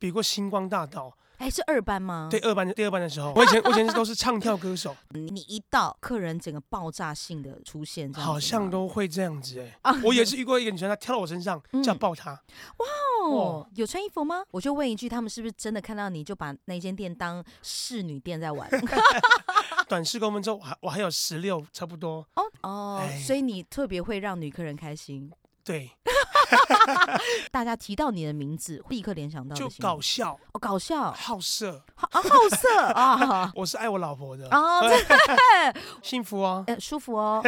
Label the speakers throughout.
Speaker 1: 比过星光大道，
Speaker 2: 哎，是二班吗？
Speaker 1: 对，，二班的第二班的时候，我以前我以前都是唱跳歌 手，
Speaker 2: 你一到，客人整个爆炸性的出现，这样子吗
Speaker 1: 好像都会这样子哎、
Speaker 2: 啊
Speaker 1: 我也是遇过一个女生，她跳到我身上，
Speaker 2: 嗯
Speaker 1: 叫抱她，
Speaker 2: 哦
Speaker 1: 哦，
Speaker 2: 有穿衣服吗？我就问一句，他们是不是真的看到你就把那间店当侍女 店在玩？
Speaker 1: 短四公分之后，我还我还有十六，差不多。
Speaker 2: 哦哦
Speaker 1: 哎，
Speaker 2: 所以你特别会让女客人开心，
Speaker 1: 对，
Speaker 2: 大家提到你的名字，立刻联想到
Speaker 1: 就
Speaker 2: 的新闻
Speaker 1: 搞笑、
Speaker 2: 哦搞笑，
Speaker 1: 好色，
Speaker 2: 好啊好色 啊
Speaker 1: 我是爱我老婆的，
Speaker 2: 啊，这
Speaker 1: 幸福啊！
Speaker 2: 呃舒服 哦。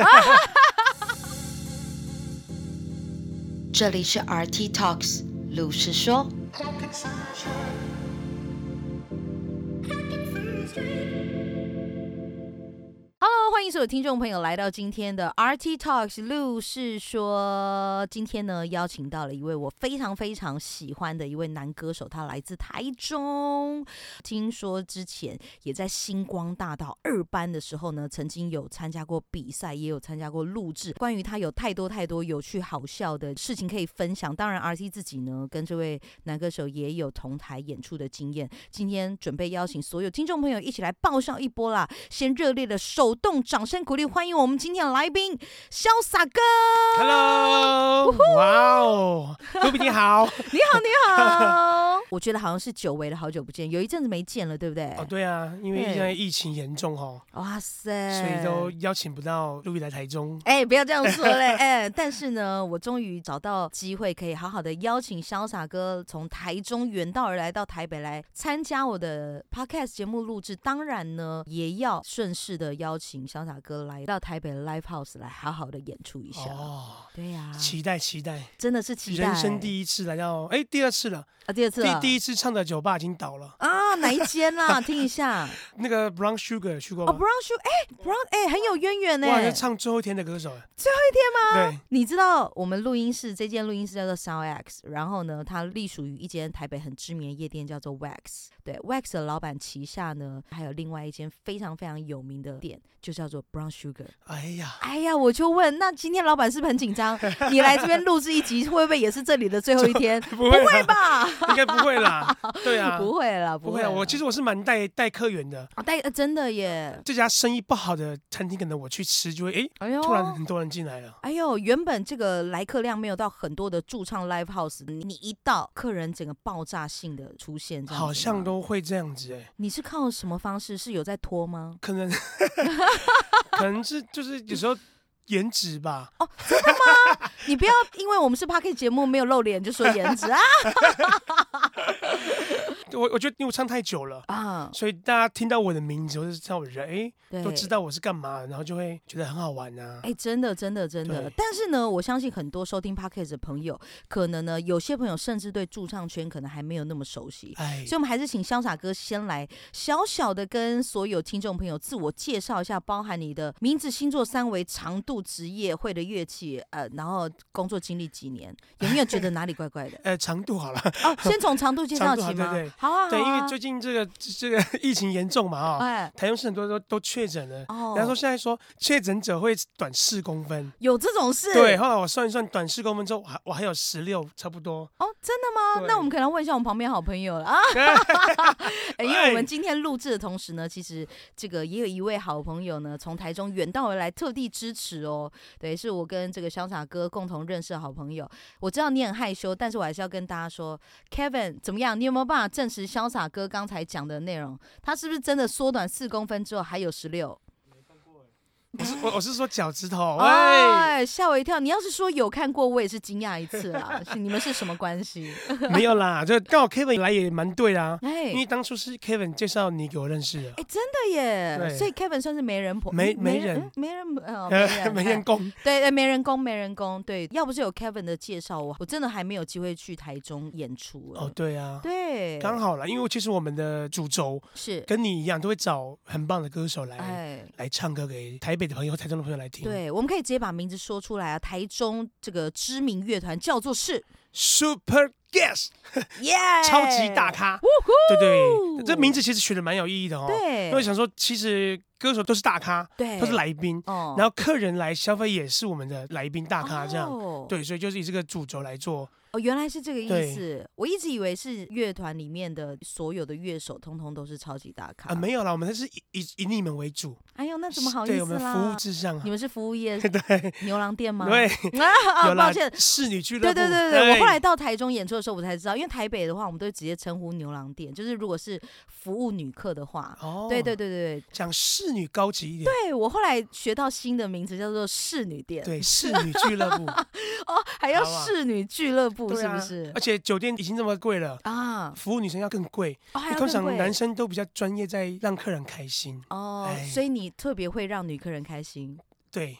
Speaker 3: 这里是 RT Talks 鲁是说。
Speaker 2: Hello，欢迎所有听众朋友来到今天的 RT Talks 路是说，今天呢邀请到了一位我非常非常喜欢的一位男歌手，他来自台中。听说之前也在星光大道二班的时候呢，曾经有参加过比赛，也有参加过录制。关于他有太多太多有趣好笑的事情可以分享。当然，RT 自己呢跟这位男歌手也有同台演出的经验。今天准备邀请所有听众朋友一起来爆笑一波啦！先热烈的手动掌声鼓励，欢迎我们今天的来宾潇 洒哥。
Speaker 1: Hello，哇哦，卢比你 好。
Speaker 2: 你好，你好。 我觉得好像是久违了，好久不见，有一阵子没见了，对不对？
Speaker 1: 哦，对啊，因为
Speaker 2: 对
Speaker 1: 现在疫情严重哦，
Speaker 2: 哇塞！
Speaker 1: 所以都邀请不到卢比来台中。
Speaker 2: 哎、不要这样说嘞，哎、但是呢，我终于找到机会，可以好好的邀请潇洒哥从台中远道而来到台北来参加我的 podcast 节目录制。当然呢，也要顺势的邀请潇洒哥来到台北 live house 来好好的演出一下。
Speaker 1: 哦，
Speaker 2: 对呀、
Speaker 1: 期待期待，
Speaker 2: 真的是期待
Speaker 1: 人生第一次来到，哎，第二次了，
Speaker 2: 啊，第二次
Speaker 1: 第
Speaker 2: 了
Speaker 1: 第一次唱的酒吧已经倒了，
Speaker 2: 啊，哪一间啦？听 一下
Speaker 1: 那个 Brown Sugar 去过吗？
Speaker 2: 哦，Brown Shoe，哎、b r o w n 哎、很有渊源呢、
Speaker 1: 哇，那唱最后一天的歌手，最后一天吗？对。
Speaker 2: 你知道我们录音室这间录音室叫做 Sound X，然后呢，它隶属于一间台北很知名的夜店，叫做 Wax。对，Wax 的老板旗下呢，还有另外一间非常非常有名的店，就叫做 Brown Sugar。
Speaker 1: 哎呀，
Speaker 2: 哎呀，我就问，那今天老板是不是很紧张？你来这边录制一集，会不会也是这里的最后一天？
Speaker 1: 不
Speaker 2: 不
Speaker 1: 会
Speaker 2: 会
Speaker 1: 啦，
Speaker 2: 吧？
Speaker 1: 应该不会 啦。对啊，
Speaker 2: 不会啦，
Speaker 1: 不
Speaker 2: 会
Speaker 1: 会
Speaker 2: 啦。
Speaker 1: 啊。我其实我是蛮带带客源的，
Speaker 2: 啊，但、呃真的耶，
Speaker 1: 这家生意不好的餐厅，可能我去吃就会，哎，
Speaker 2: 哎呦，
Speaker 1: 突然很多人进来了。
Speaker 2: 哎呦，原本这个来客量没有到很多的驻唱 live house，你你一到，客人整个爆炸性的出现，这样子吗
Speaker 1: 好像都会这样子哎、
Speaker 2: 你是靠什么方式？是有在拖吗？
Speaker 1: 可 能可能是就是有时候颜值吧，
Speaker 2: 你不要因为我们是 p a r k 节目没有露脸就说颜值啊
Speaker 1: 我我觉得因为我唱太久了，
Speaker 2: 啊！
Speaker 1: 所以大家听到我的名字或者是知道我人，哎、
Speaker 2: 对，
Speaker 1: 都知。道我是干嘛的，然后就会觉得很好玩啊。
Speaker 2: 哎、真的，真的，真的
Speaker 1: 对。
Speaker 2: 但是呢，我相信很多收听 p a r k 的朋友，可能呢，有些朋友甚至对驻唱圈可能还没有那么熟悉。
Speaker 1: 哎？
Speaker 2: 所以，我们还是请潇洒哥先来小小的跟所有听众朋友自我介绍一下，包含你的名字、星座、三围、长度、职业、会的乐器，呃，然后工作经历几年，有没有觉得哪里怪怪的
Speaker 1: 呃，长度好了，
Speaker 2: 哦，先从长度介绍
Speaker 1: 长度
Speaker 2: 起吗？
Speaker 1: 好对对
Speaker 2: 好啊，
Speaker 1: 对，
Speaker 2: 好
Speaker 1: 因
Speaker 2: 啊
Speaker 1: 为最近这个这个疫情严重嘛啊、
Speaker 2: 哎
Speaker 1: 台中市很多都都确诊了。
Speaker 2: 哦，
Speaker 1: 然后说现在说确诊者会短四公分，
Speaker 2: 有这种事？
Speaker 1: 对。后来我算一算，短四公分之后，我还我还有十六，差不多。
Speaker 2: 哦，真的吗？
Speaker 1: 对
Speaker 2: 那我们可能要问一下我们旁边好朋友了 啊，哎因为我们今天录制的同时呢，其实这个也有一位好朋友呢，从台中远道而来，特地支持哦。对，是我跟这个潇洒哥共同认识的好朋友。我知道你很害羞，但是我还是要跟大家说，Kevin 怎么样？你有没有办法证实潇洒哥刚才讲的内容？他是不是真的缩短四公分之后还有十六？
Speaker 1: 我是我我是说脚趾头，喂，
Speaker 2: 哎，吓我一跳！你要是说有看过，我也是惊讶一 次啦。是你们是什么关系？
Speaker 1: 没有啦，就刚好 Kevin 来也蛮对啦，
Speaker 2: 哎
Speaker 1: 因为当初是 Kevin 介绍你给我认识的
Speaker 2: 哎、，真的耶！
Speaker 1: 对
Speaker 2: 所以 Kevin 算是媒人婆，
Speaker 1: 媒
Speaker 2: 嗯
Speaker 1: 媒
Speaker 2: 人，
Speaker 1: 人
Speaker 2: 嗯媒人， 呃，媒
Speaker 1: 呃，
Speaker 2: 人，
Speaker 1: 没
Speaker 2: 哎
Speaker 1: 人工，
Speaker 2: 对，哎媒人工，媒人工，对。要不是有 Kevin 的介绍，我我真的还没有机会去台中演出。
Speaker 1: 哦，，对啊，
Speaker 2: 对，
Speaker 1: 刚好啦，因为其实我们的主轴
Speaker 2: 是，
Speaker 1: 跟你一样，都会找很棒的歌手来
Speaker 2: 哎，
Speaker 1: 来唱歌给台北的朋友、台中的朋友来听。
Speaker 2: 对，我们可以直接把名字说出来啊。台中这个知名乐团叫做是
Speaker 1: Super Guest，
Speaker 2: 耶，
Speaker 1: 超级大咖，对对，这名字其实取得蛮有意义的哦。因为
Speaker 2: 对，
Speaker 1: 想说，其实歌手都是大咖，
Speaker 2: 对，
Speaker 1: 都是来宾，
Speaker 2: 哦，
Speaker 1: 然后客人来消费也是我们的来宾大咖这样。
Speaker 2: 哦、
Speaker 1: 对，所以就是以这个主轴来做，
Speaker 2: 哦，原来是这个意
Speaker 1: 对
Speaker 2: 思。我一直以为是乐团里面的所有的乐手，通通都是超级大咖。
Speaker 1: 啊，没有啦，我们是以以以你们为主，
Speaker 2: 哎呦，那怎么好意
Speaker 1: 对我
Speaker 2: 思
Speaker 1: 们服
Speaker 2: 啦
Speaker 1: 务？至上啊
Speaker 2: 你，们是服务 业
Speaker 1: 对
Speaker 2: 牛郎店吗？
Speaker 1: 对，
Speaker 2: 啊，
Speaker 1: 有啦
Speaker 2: 抱歉。
Speaker 1: 侍女俱乐
Speaker 2: 对
Speaker 1: 部，
Speaker 2: 对对对，我后来
Speaker 1: 哎
Speaker 2: 到台中演出的时候，我才知道，因为台北的话，我们都直接称呼牛郎店，就是如果是服务女客的话，
Speaker 1: 哦，
Speaker 2: 对对对对对，
Speaker 1: 讲侍女高级一点，
Speaker 2: 对我后来学到新的名词叫做侍女店，
Speaker 1: 对侍女俱乐部，
Speaker 2: 哦，还要
Speaker 1: 好啊
Speaker 2: 侍女俱乐部
Speaker 1: 对
Speaker 2: 是不
Speaker 1: 啊
Speaker 2: 是
Speaker 1: 而？且酒店已经这么贵了，
Speaker 2: 啊，
Speaker 1: 服务女生要更贵，
Speaker 2: 哦，还要
Speaker 1: 哎通
Speaker 2: 更
Speaker 1: 常
Speaker 2: 贵
Speaker 1: 男生都比较专业，在让客人开心。
Speaker 2: 哦，
Speaker 1: 哎
Speaker 2: 所以你特别会让女客人开心，
Speaker 1: 对，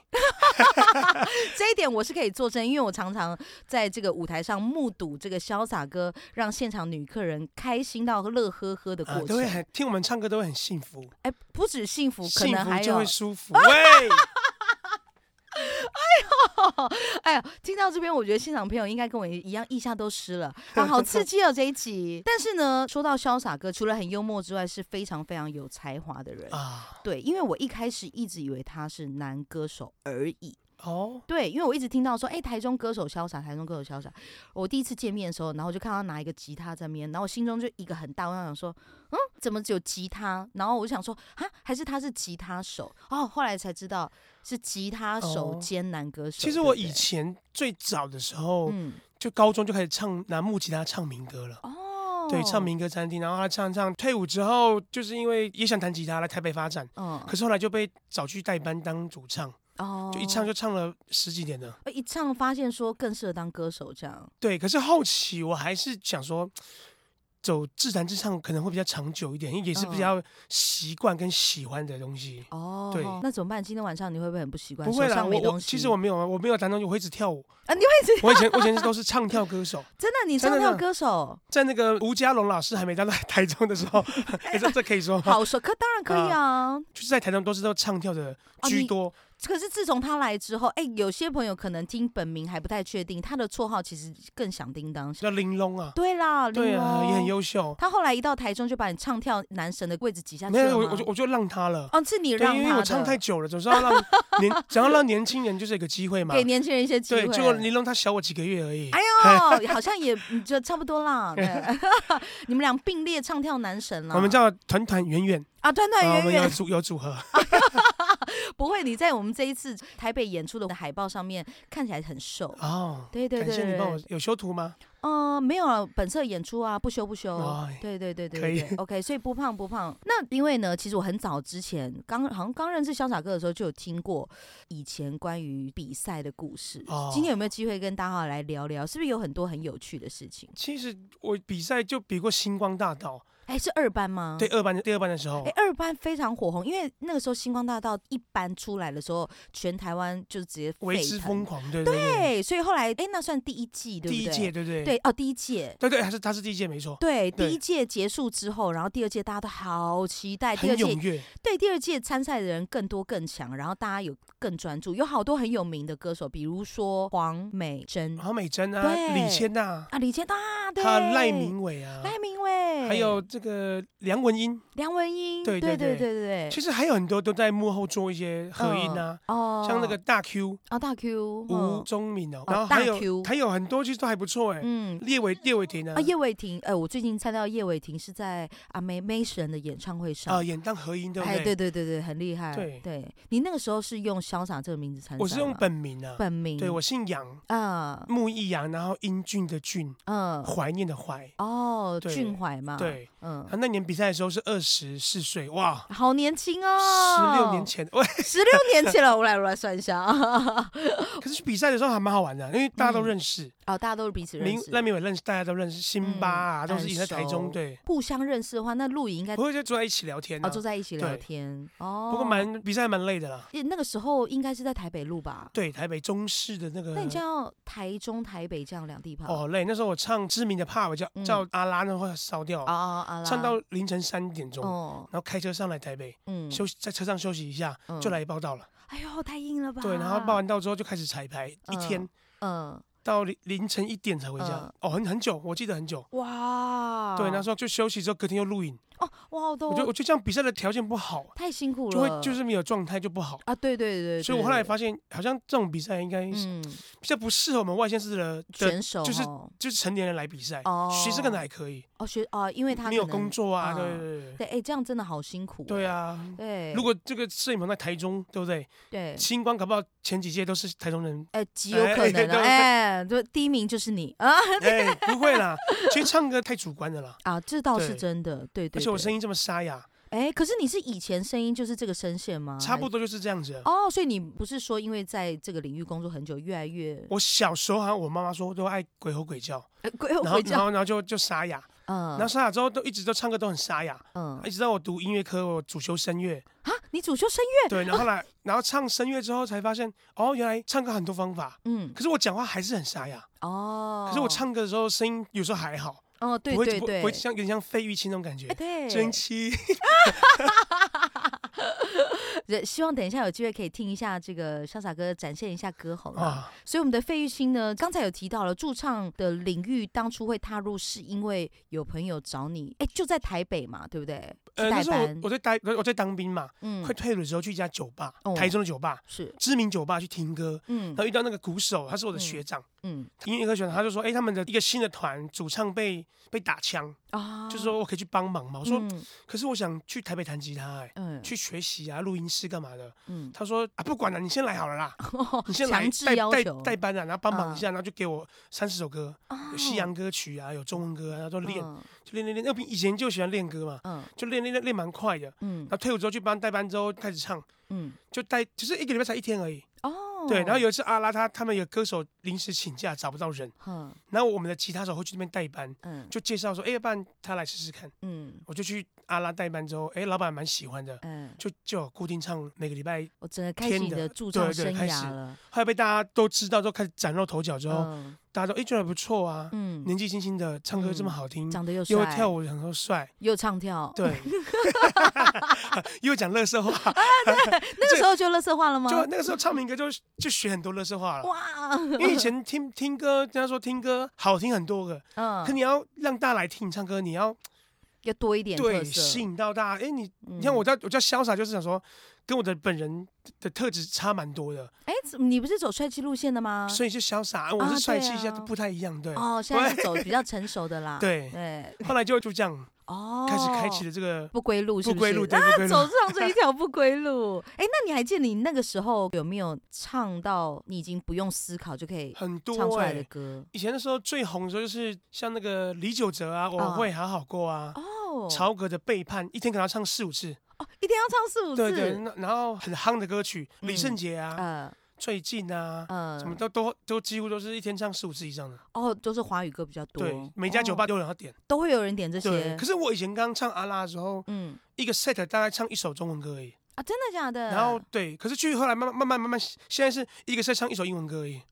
Speaker 2: 这一点我是可以作证，因为我常常在这个舞台上目睹这个潇洒哥让现场女客人开心到乐呵呵的
Speaker 1: 啊，
Speaker 2: 过
Speaker 1: 都
Speaker 2: 程。
Speaker 1: 会
Speaker 2: 哎、
Speaker 1: 很听我们唱歌都会很幸福，
Speaker 2: 不止幸福，可
Speaker 1: 幸
Speaker 2: 能
Speaker 1: 福
Speaker 2: 还
Speaker 1: 就
Speaker 2: 有
Speaker 1: 会，舒 服。喂，
Speaker 2: 哎呀，听到这边，我觉得现场朋友应该跟我一样，腋下都湿了 啊，好刺激哦这一集。但是呢，说到潇洒哥，除了很幽默之外，是非常非常有才华的人。
Speaker 1: 啊，
Speaker 2: 对，因为我一开始一直以为他是男歌手而已。
Speaker 1: 哦，
Speaker 2: 对，因为我一直听到说，哎、台中歌手潇洒，台中歌手潇洒。我第一次见面的时候，然后我就看到他拿一个吉他在面，然后我心中就一个很大，我想说，嗯，怎么只有吉他？然后我就想说，啊，还是他是吉他手哦。后来才知道是吉他手
Speaker 1: 哦
Speaker 2: 兼男歌手。
Speaker 1: 其实
Speaker 2: 对
Speaker 1: 我
Speaker 2: 不
Speaker 1: 以
Speaker 2: 对
Speaker 1: 前最早的时候，
Speaker 2: 嗯
Speaker 1: 就高中就开始唱拿木吉他唱民歌了。
Speaker 2: 哦，
Speaker 1: 对，唱民歌餐厅，然后他唱唱。退伍之后，就是因为也想弹吉他，来台北发展，
Speaker 2: 嗯
Speaker 1: 可是后来就被找去代班当主唱，
Speaker 2: 哦，
Speaker 1: 就一唱就唱了十几年了。
Speaker 2: 呃一唱发现说更适合当歌手这样。
Speaker 1: 对，可是后期我还是想说，走自弹自唱可能会比较长久一点，因为也是
Speaker 2: 嗯
Speaker 1: 比较习惯跟喜欢的东西。
Speaker 2: 哦，
Speaker 1: 对
Speaker 2: 那怎么办？今天晚上你会不会很不习惯？
Speaker 1: 不会
Speaker 2: 手
Speaker 1: 啦，
Speaker 2: 上
Speaker 1: 我
Speaker 2: 没
Speaker 1: 我
Speaker 2: 东西。
Speaker 1: 其实我没有，啊我没有弹东西，我会一直跳舞。
Speaker 2: 啊，你会直
Speaker 1: 我以前我以前都是唱跳歌手，
Speaker 2: 真的你
Speaker 1: 真
Speaker 2: 唱
Speaker 1: 的
Speaker 2: 跳
Speaker 1: 真的
Speaker 2: 歌手，
Speaker 1: 在那个吴家龙老师还没到来台中的时候，哎、这这可以说吗？
Speaker 2: 好熟，可当然可以啊。
Speaker 1: 就是在台中都是都唱跳的
Speaker 2: 哦
Speaker 1: 居
Speaker 2: 你
Speaker 1: 多。
Speaker 2: 可是自从他来之后，哎、有些朋友可能听本名还不太确定，他的绰号其实更响叮当。
Speaker 1: 叫玲珑啊，
Speaker 2: 对啦，
Speaker 1: 对啊，
Speaker 2: 玲珑
Speaker 1: 也很。优秀。
Speaker 2: 他后来一到台中就把你唱跳男神的位置挤下去
Speaker 1: 没
Speaker 2: 了
Speaker 1: 有，我
Speaker 2: 吗
Speaker 1: 我就我就让他了。
Speaker 2: 哦，是你
Speaker 1: 对，
Speaker 2: 让
Speaker 1: 因为
Speaker 2: 他
Speaker 1: 我
Speaker 2: 的
Speaker 1: 唱太久了，总是要让年， 想要让年轻人就是有个机会嘛
Speaker 2: 给。年轻人一些机会。
Speaker 1: 对，结果玲珑他小我几个月而已。
Speaker 2: 哎呦，好像也你就差不多啦。对 你们俩并列唱跳男神啦。
Speaker 1: 我们叫团团圆圆，
Speaker 2: 啊，团团
Speaker 1: 啊，我
Speaker 2: 圆
Speaker 1: 们有
Speaker 2: 圆。
Speaker 1: 组有组合，
Speaker 2: 不会，你在我们这一次台北演出的海报上面看起来很瘦。
Speaker 1: 哦。
Speaker 2: 对对
Speaker 1: 感
Speaker 2: 对
Speaker 1: 谢你
Speaker 2: 对
Speaker 1: 帮我
Speaker 2: 对，
Speaker 1: 有修图吗？
Speaker 2: 嗯、没有啊，本色演出啊，不休不休。
Speaker 1: 哦
Speaker 2: 对对对对
Speaker 1: 可
Speaker 2: 对
Speaker 1: 以
Speaker 2: 对，OK，所以不胖不胖。那因为呢，其实我很早之前刚好像刚认识潇洒哥的时候，就有听过以前关于比赛的故事。
Speaker 1: 哦
Speaker 2: 今天有没有机会跟大家来聊聊？是不是有很多很有趣的事情？
Speaker 1: 其实我比赛就比过星光大道，
Speaker 2: 哎，是二班吗？
Speaker 1: 对。二班第二班的时候
Speaker 2: 哎，，二班非常火红，因为那个时候星光大道一班出来的时候，全台湾就直接
Speaker 1: 为
Speaker 2: 沸
Speaker 1: 之
Speaker 2: 腾
Speaker 1: 疯狂，对对对，
Speaker 2: 对，所以后来哎，那算第一季对不
Speaker 1: 第
Speaker 2: 对？
Speaker 1: 一届对不对？
Speaker 2: 对哦，第一届。
Speaker 1: 对对，还是他是第一届没错，
Speaker 2: 对，第
Speaker 1: 对
Speaker 2: 一届结束之后，然后第二届大家都好期待，哎第
Speaker 1: 很
Speaker 2: 二
Speaker 1: 踊
Speaker 2: 届
Speaker 1: 跃，
Speaker 2: 对第二届参赛的人更多更强，然后大家有更专注，有好多很有名的歌手，比如说黄美珍
Speaker 1: 黄美珍啊，
Speaker 2: 对
Speaker 1: 李千娜，
Speaker 2: 啊，李健啊，对，
Speaker 1: 他赖明伟啊，
Speaker 2: 赖明伟，
Speaker 1: 还有这个梁文音，
Speaker 2: 梁文音，
Speaker 1: 对
Speaker 2: 对
Speaker 1: 对
Speaker 2: 对
Speaker 1: 对
Speaker 2: 对对，
Speaker 1: 其实还有很多都在幕后做一些合音啊，
Speaker 2: 哦，
Speaker 1: 像那个大 Q
Speaker 2: 哦大 Q
Speaker 1: 吴
Speaker 2: 嗯
Speaker 1: 宗敏哦，
Speaker 2: 哦
Speaker 1: 然后还
Speaker 2: 大
Speaker 1: 有
Speaker 2: Q
Speaker 1: 还有很多其实都还不错哎、
Speaker 2: 嗯
Speaker 1: 列伟列伟霆啊
Speaker 2: 啊，叶伟霆，哎，我最近参加到叶伟霆是在阿妹妹神的演唱会上
Speaker 1: 啊、演当合音对不
Speaker 2: 哎，
Speaker 1: 对？
Speaker 2: 对对对对，很厉害。
Speaker 1: 对
Speaker 2: 你那个时候是用“潇洒”这个名字参赛吗
Speaker 1: 我是用本名啊，
Speaker 2: 本名。
Speaker 1: 对我姓杨，
Speaker 2: 啊，
Speaker 1: 木易杨，然后英俊的俊，
Speaker 2: 嗯，
Speaker 1: 怀念的怀。
Speaker 2: 哦，
Speaker 1: 对
Speaker 2: 俊怀嘛，，
Speaker 1: 对，啊
Speaker 2: 嗯
Speaker 1: 他，那年比赛的时候是二十四岁，哇，
Speaker 2: 好年轻
Speaker 1: 十
Speaker 2: 哦，
Speaker 1: 六 年，前，喂，
Speaker 2: 十六年前了，我来我来算一下啊，
Speaker 1: 可是去比赛的时候还蛮好玩的，因为大家都
Speaker 2: 嗯
Speaker 1: 认识，
Speaker 2: 哦，大家都是彼此认
Speaker 1: 明
Speaker 2: 识，
Speaker 1: 赖明伟认识，大家都认识，辛巴啊，
Speaker 2: 嗯
Speaker 1: 都是也在台
Speaker 2: 很熟
Speaker 1: 中，对，
Speaker 2: 互相认识的话，那录影应该
Speaker 1: 不会就坐在一起聊天、啊
Speaker 2: 哦坐在一起聊
Speaker 1: 对
Speaker 2: 天哦，
Speaker 1: 不过蛮比赛蛮累的啦。
Speaker 2: 那个时候应该是在台北录吧？
Speaker 1: 对，台北中式的那个。
Speaker 2: 那你这样台中、台北这样两地跑
Speaker 1: 啊哦，好累。那时候我唱知名的 pub 叫、
Speaker 2: 嗯
Speaker 1: 叫阿拉，那会烧掉，
Speaker 2: 啊啊啊啦！
Speaker 1: 唱到凌晨三点钟，
Speaker 2: 哦，
Speaker 1: 然后开车上来台北，
Speaker 2: 嗯，
Speaker 1: 休息在车上休息一下，就
Speaker 2: 嗯，
Speaker 1: 来报道了。
Speaker 2: 哎呦，太硬了吧？
Speaker 1: 对，然后报完到之后就开始彩排，一天
Speaker 2: 嗯，
Speaker 1: 到凌凌晨一点才回家。
Speaker 2: 嗯
Speaker 1: 哦，很很久，我记得很久。
Speaker 2: 哇，
Speaker 1: 对，那时候就休息之后，隔天又录影。
Speaker 2: 哦，哇，好多
Speaker 1: 我觉得我觉得这样比赛的条件不好，
Speaker 2: 太辛苦了，
Speaker 1: 就会就是没有状态就不好。
Speaker 2: 啊，对对对对，
Speaker 1: 所以我后来
Speaker 2: 对
Speaker 1: 发现，好像这种比赛应该是
Speaker 2: 嗯，
Speaker 1: 比较不适合我们外县市的的，
Speaker 2: 选手
Speaker 1: 就是
Speaker 2: 哦
Speaker 1: 就是成年人来比赛
Speaker 2: 哦，
Speaker 1: 学这个的还可以，
Speaker 2: 哦学啊，因为他
Speaker 1: 没有
Speaker 2: 可能
Speaker 1: 工作啊，
Speaker 2: 嗯
Speaker 1: 对对对
Speaker 2: 对，哎，这样真的好辛苦，哦
Speaker 1: 对，啊。
Speaker 2: 对，
Speaker 1: 如果这个摄影棚在台中，对不对？
Speaker 2: 对。，
Speaker 1: 星光搞不好前几届都是台中人
Speaker 2: 哎，极有
Speaker 1: 哎
Speaker 2: 可能
Speaker 1: 对
Speaker 2: 的，哎，就第一名就是你啊
Speaker 1: 哎，不会啦，其实唱歌太主观的啦，
Speaker 2: 啊，这倒是
Speaker 1: 对
Speaker 2: 真的，对对。
Speaker 1: 而且我
Speaker 2: 对
Speaker 1: 声音这么沙哑，
Speaker 2: 哎，可是你是以前声音就是这个声线吗？
Speaker 1: 差不
Speaker 2: 还是。
Speaker 1: 多就是这样子。
Speaker 2: 哦，所以你不是说因为在这个领域工作很久，越来越
Speaker 1: 我小时候好像我妈妈说都爱鬼吼鬼叫，
Speaker 2: 哎鬼吼
Speaker 1: 然后
Speaker 2: 鬼
Speaker 1: 然
Speaker 2: 叫，
Speaker 1: 后然后就就沙哑，然后哎
Speaker 2: 嗯
Speaker 1: 沙哑之后都一直都唱歌都很沙哑，
Speaker 2: 嗯
Speaker 1: 一直到我读音乐科，我主修声 乐，
Speaker 2: 啊，你主修声
Speaker 1: 对，然后后来然后唱声乐之后才发现，哦，原来唱歌很多方法，
Speaker 2: 乐，嗯
Speaker 1: 可是我讲话还是很沙哑，
Speaker 2: 哦，
Speaker 1: 可是我唱歌的时候声音有时候还好，
Speaker 2: 哦，对
Speaker 1: 不会
Speaker 2: 对
Speaker 1: 不会
Speaker 2: 对
Speaker 1: 不，会像有点像费玉清那种感觉
Speaker 2: 哎，对，
Speaker 1: 真气。
Speaker 2: 人希望等一下有机会可以听一下这个潇洒哥展现一下歌喉啦。
Speaker 1: 啊，
Speaker 2: 所以我们的费玉清呢，刚才有提到了驻唱的领域，当初会踏入是因为有朋友找你，哎，就在台北嘛，对不对？
Speaker 1: 呃，那
Speaker 2: 去代
Speaker 1: 时候我
Speaker 2: 班
Speaker 1: 我在待我在当兵嘛，
Speaker 2: 嗯
Speaker 1: 快，退伍的时候去一家酒吧
Speaker 2: 哦，
Speaker 1: 台中的酒吧，
Speaker 2: 是，
Speaker 1: 知名酒吧去听歌，
Speaker 2: 嗯
Speaker 1: 然后遇到那个鼓手，他是我的
Speaker 2: 嗯
Speaker 1: 学长，
Speaker 2: 嗯
Speaker 1: 音乐科学长，他就说，哎，他们的一个新的团主唱被被打枪，
Speaker 2: 啊，
Speaker 1: 就是说我可以去帮忙嘛。我说，
Speaker 2: 嗯
Speaker 1: 可是我想去台北弹吉他，哎，
Speaker 2: 嗯
Speaker 1: 去学习啊，录音室干嘛的？
Speaker 2: 嗯，
Speaker 1: 他说啊，不管了，你先来好了啦，你先来
Speaker 2: 哦强制
Speaker 1: 带
Speaker 2: 要
Speaker 1: 带
Speaker 2: 求嗯
Speaker 1: 带班啊，然后帮忙一下，然后就给我三四首歌，有西洋歌曲啊，有中文歌啊，然后都练，
Speaker 2: 哦嗯
Speaker 1: 就练练练。因为以前就喜欢练歌嘛，
Speaker 2: 嗯
Speaker 1: 就练练练练蛮快的。
Speaker 2: 嗯
Speaker 1: 然后退伍之后去班带班之后开始唱，
Speaker 2: 嗯
Speaker 1: 就带就是一个礼拜才一天而已。
Speaker 2: 哦，
Speaker 1: 对，然后有一次阿拉他他们有歌手临时请假找不到人，
Speaker 2: 嗯
Speaker 1: 然后我们的吉他手会去那边代班，
Speaker 2: 嗯
Speaker 1: 就介绍说，哎，要不然他来试试看。
Speaker 2: 嗯
Speaker 1: 我就去阿拉代班之后，哎，老板蛮喜欢的，
Speaker 2: 嗯，
Speaker 1: 就就有固定唱每个礼拜。
Speaker 2: 我整个开始
Speaker 1: 天
Speaker 2: 你的
Speaker 1: 的
Speaker 2: 驻唱
Speaker 1: 对对
Speaker 2: 生
Speaker 1: 开始
Speaker 2: 涯了，
Speaker 1: 后来被大家都知道，都开始崭露头角之后，
Speaker 2: 嗯
Speaker 1: 大家都哎觉得不错啊，
Speaker 2: 嗯，
Speaker 1: 年纪轻轻的唱歌这么好听，
Speaker 2: 长得又
Speaker 1: 又
Speaker 2: 帅，
Speaker 1: 跳舞很多帅，
Speaker 2: 又唱跳，
Speaker 1: 对， 又讲乐色话，
Speaker 2: 那个时候就乐色化了吗？
Speaker 1: 就那个时候唱民歌就就学很多乐色话了。
Speaker 2: 哇，嗯
Speaker 1: 因为以前听听歌，人家说听歌好听很多个，可
Speaker 2: 嗯，
Speaker 1: 你要让大家来听你唱歌，你要
Speaker 2: 要多一点特
Speaker 1: 对吸
Speaker 2: 色。
Speaker 1: 引到大家。哎，你
Speaker 2: 嗯
Speaker 1: 你看我叫我叫潇洒，就是想说跟我的本人的特质差蛮多的，
Speaker 2: 哎，怎么你不是走帅气路线的吗？
Speaker 1: 所以就潇洒，我是帅气一下
Speaker 2: 嗯对啊
Speaker 1: 就不太一样，对
Speaker 2: 哦，现在是走比较成熟的啦。
Speaker 1: 对。
Speaker 2: 对，
Speaker 1: 后来就就这样
Speaker 2: 哦，
Speaker 1: 开始开启了这个
Speaker 2: 不归路是
Speaker 1: 不
Speaker 2: 哦是，
Speaker 1: 归路，对
Speaker 2: 啊，
Speaker 1: 不归
Speaker 2: 走
Speaker 1: 路。
Speaker 2: 上这一条不归路。 哎，那你还记得你那个时候有没有唱到你已经不用思考就可以
Speaker 1: 很
Speaker 2: 唱
Speaker 1: 多
Speaker 2: 出来
Speaker 1: 哎、
Speaker 2: 的歌？
Speaker 1: 以前的时候最红的时候就是像那个李玖哲啊，我会好好过啊，
Speaker 2: 哦，
Speaker 1: 曹格的背叛，一天可能要唱四五次，
Speaker 2: 哦，一定要唱四五
Speaker 1: 对对，
Speaker 2: 次。
Speaker 1: 那然后很夯的歌曲，
Speaker 2: 嗯
Speaker 1: 李圣杰啊，
Speaker 2: 呃
Speaker 1: 最近啊，什么
Speaker 2: 呃，
Speaker 1: 都都都几乎都是一天唱四五次以上的，
Speaker 2: 哦，都是华语歌比较多
Speaker 1: 对，，每家酒吧
Speaker 2: 哦
Speaker 1: 都有人要点，
Speaker 2: 都会有人点这
Speaker 1: 对。
Speaker 2: 些
Speaker 1: 可。是我以前刚唱阿拉的时候，
Speaker 2: 嗯
Speaker 1: 一个 set 大概唱一首中文歌而已，
Speaker 2: 啊，真的假的？
Speaker 1: 然后对，可是去后来慢慢慢慢慢慢，现在是一个 set 唱一首英文歌而已，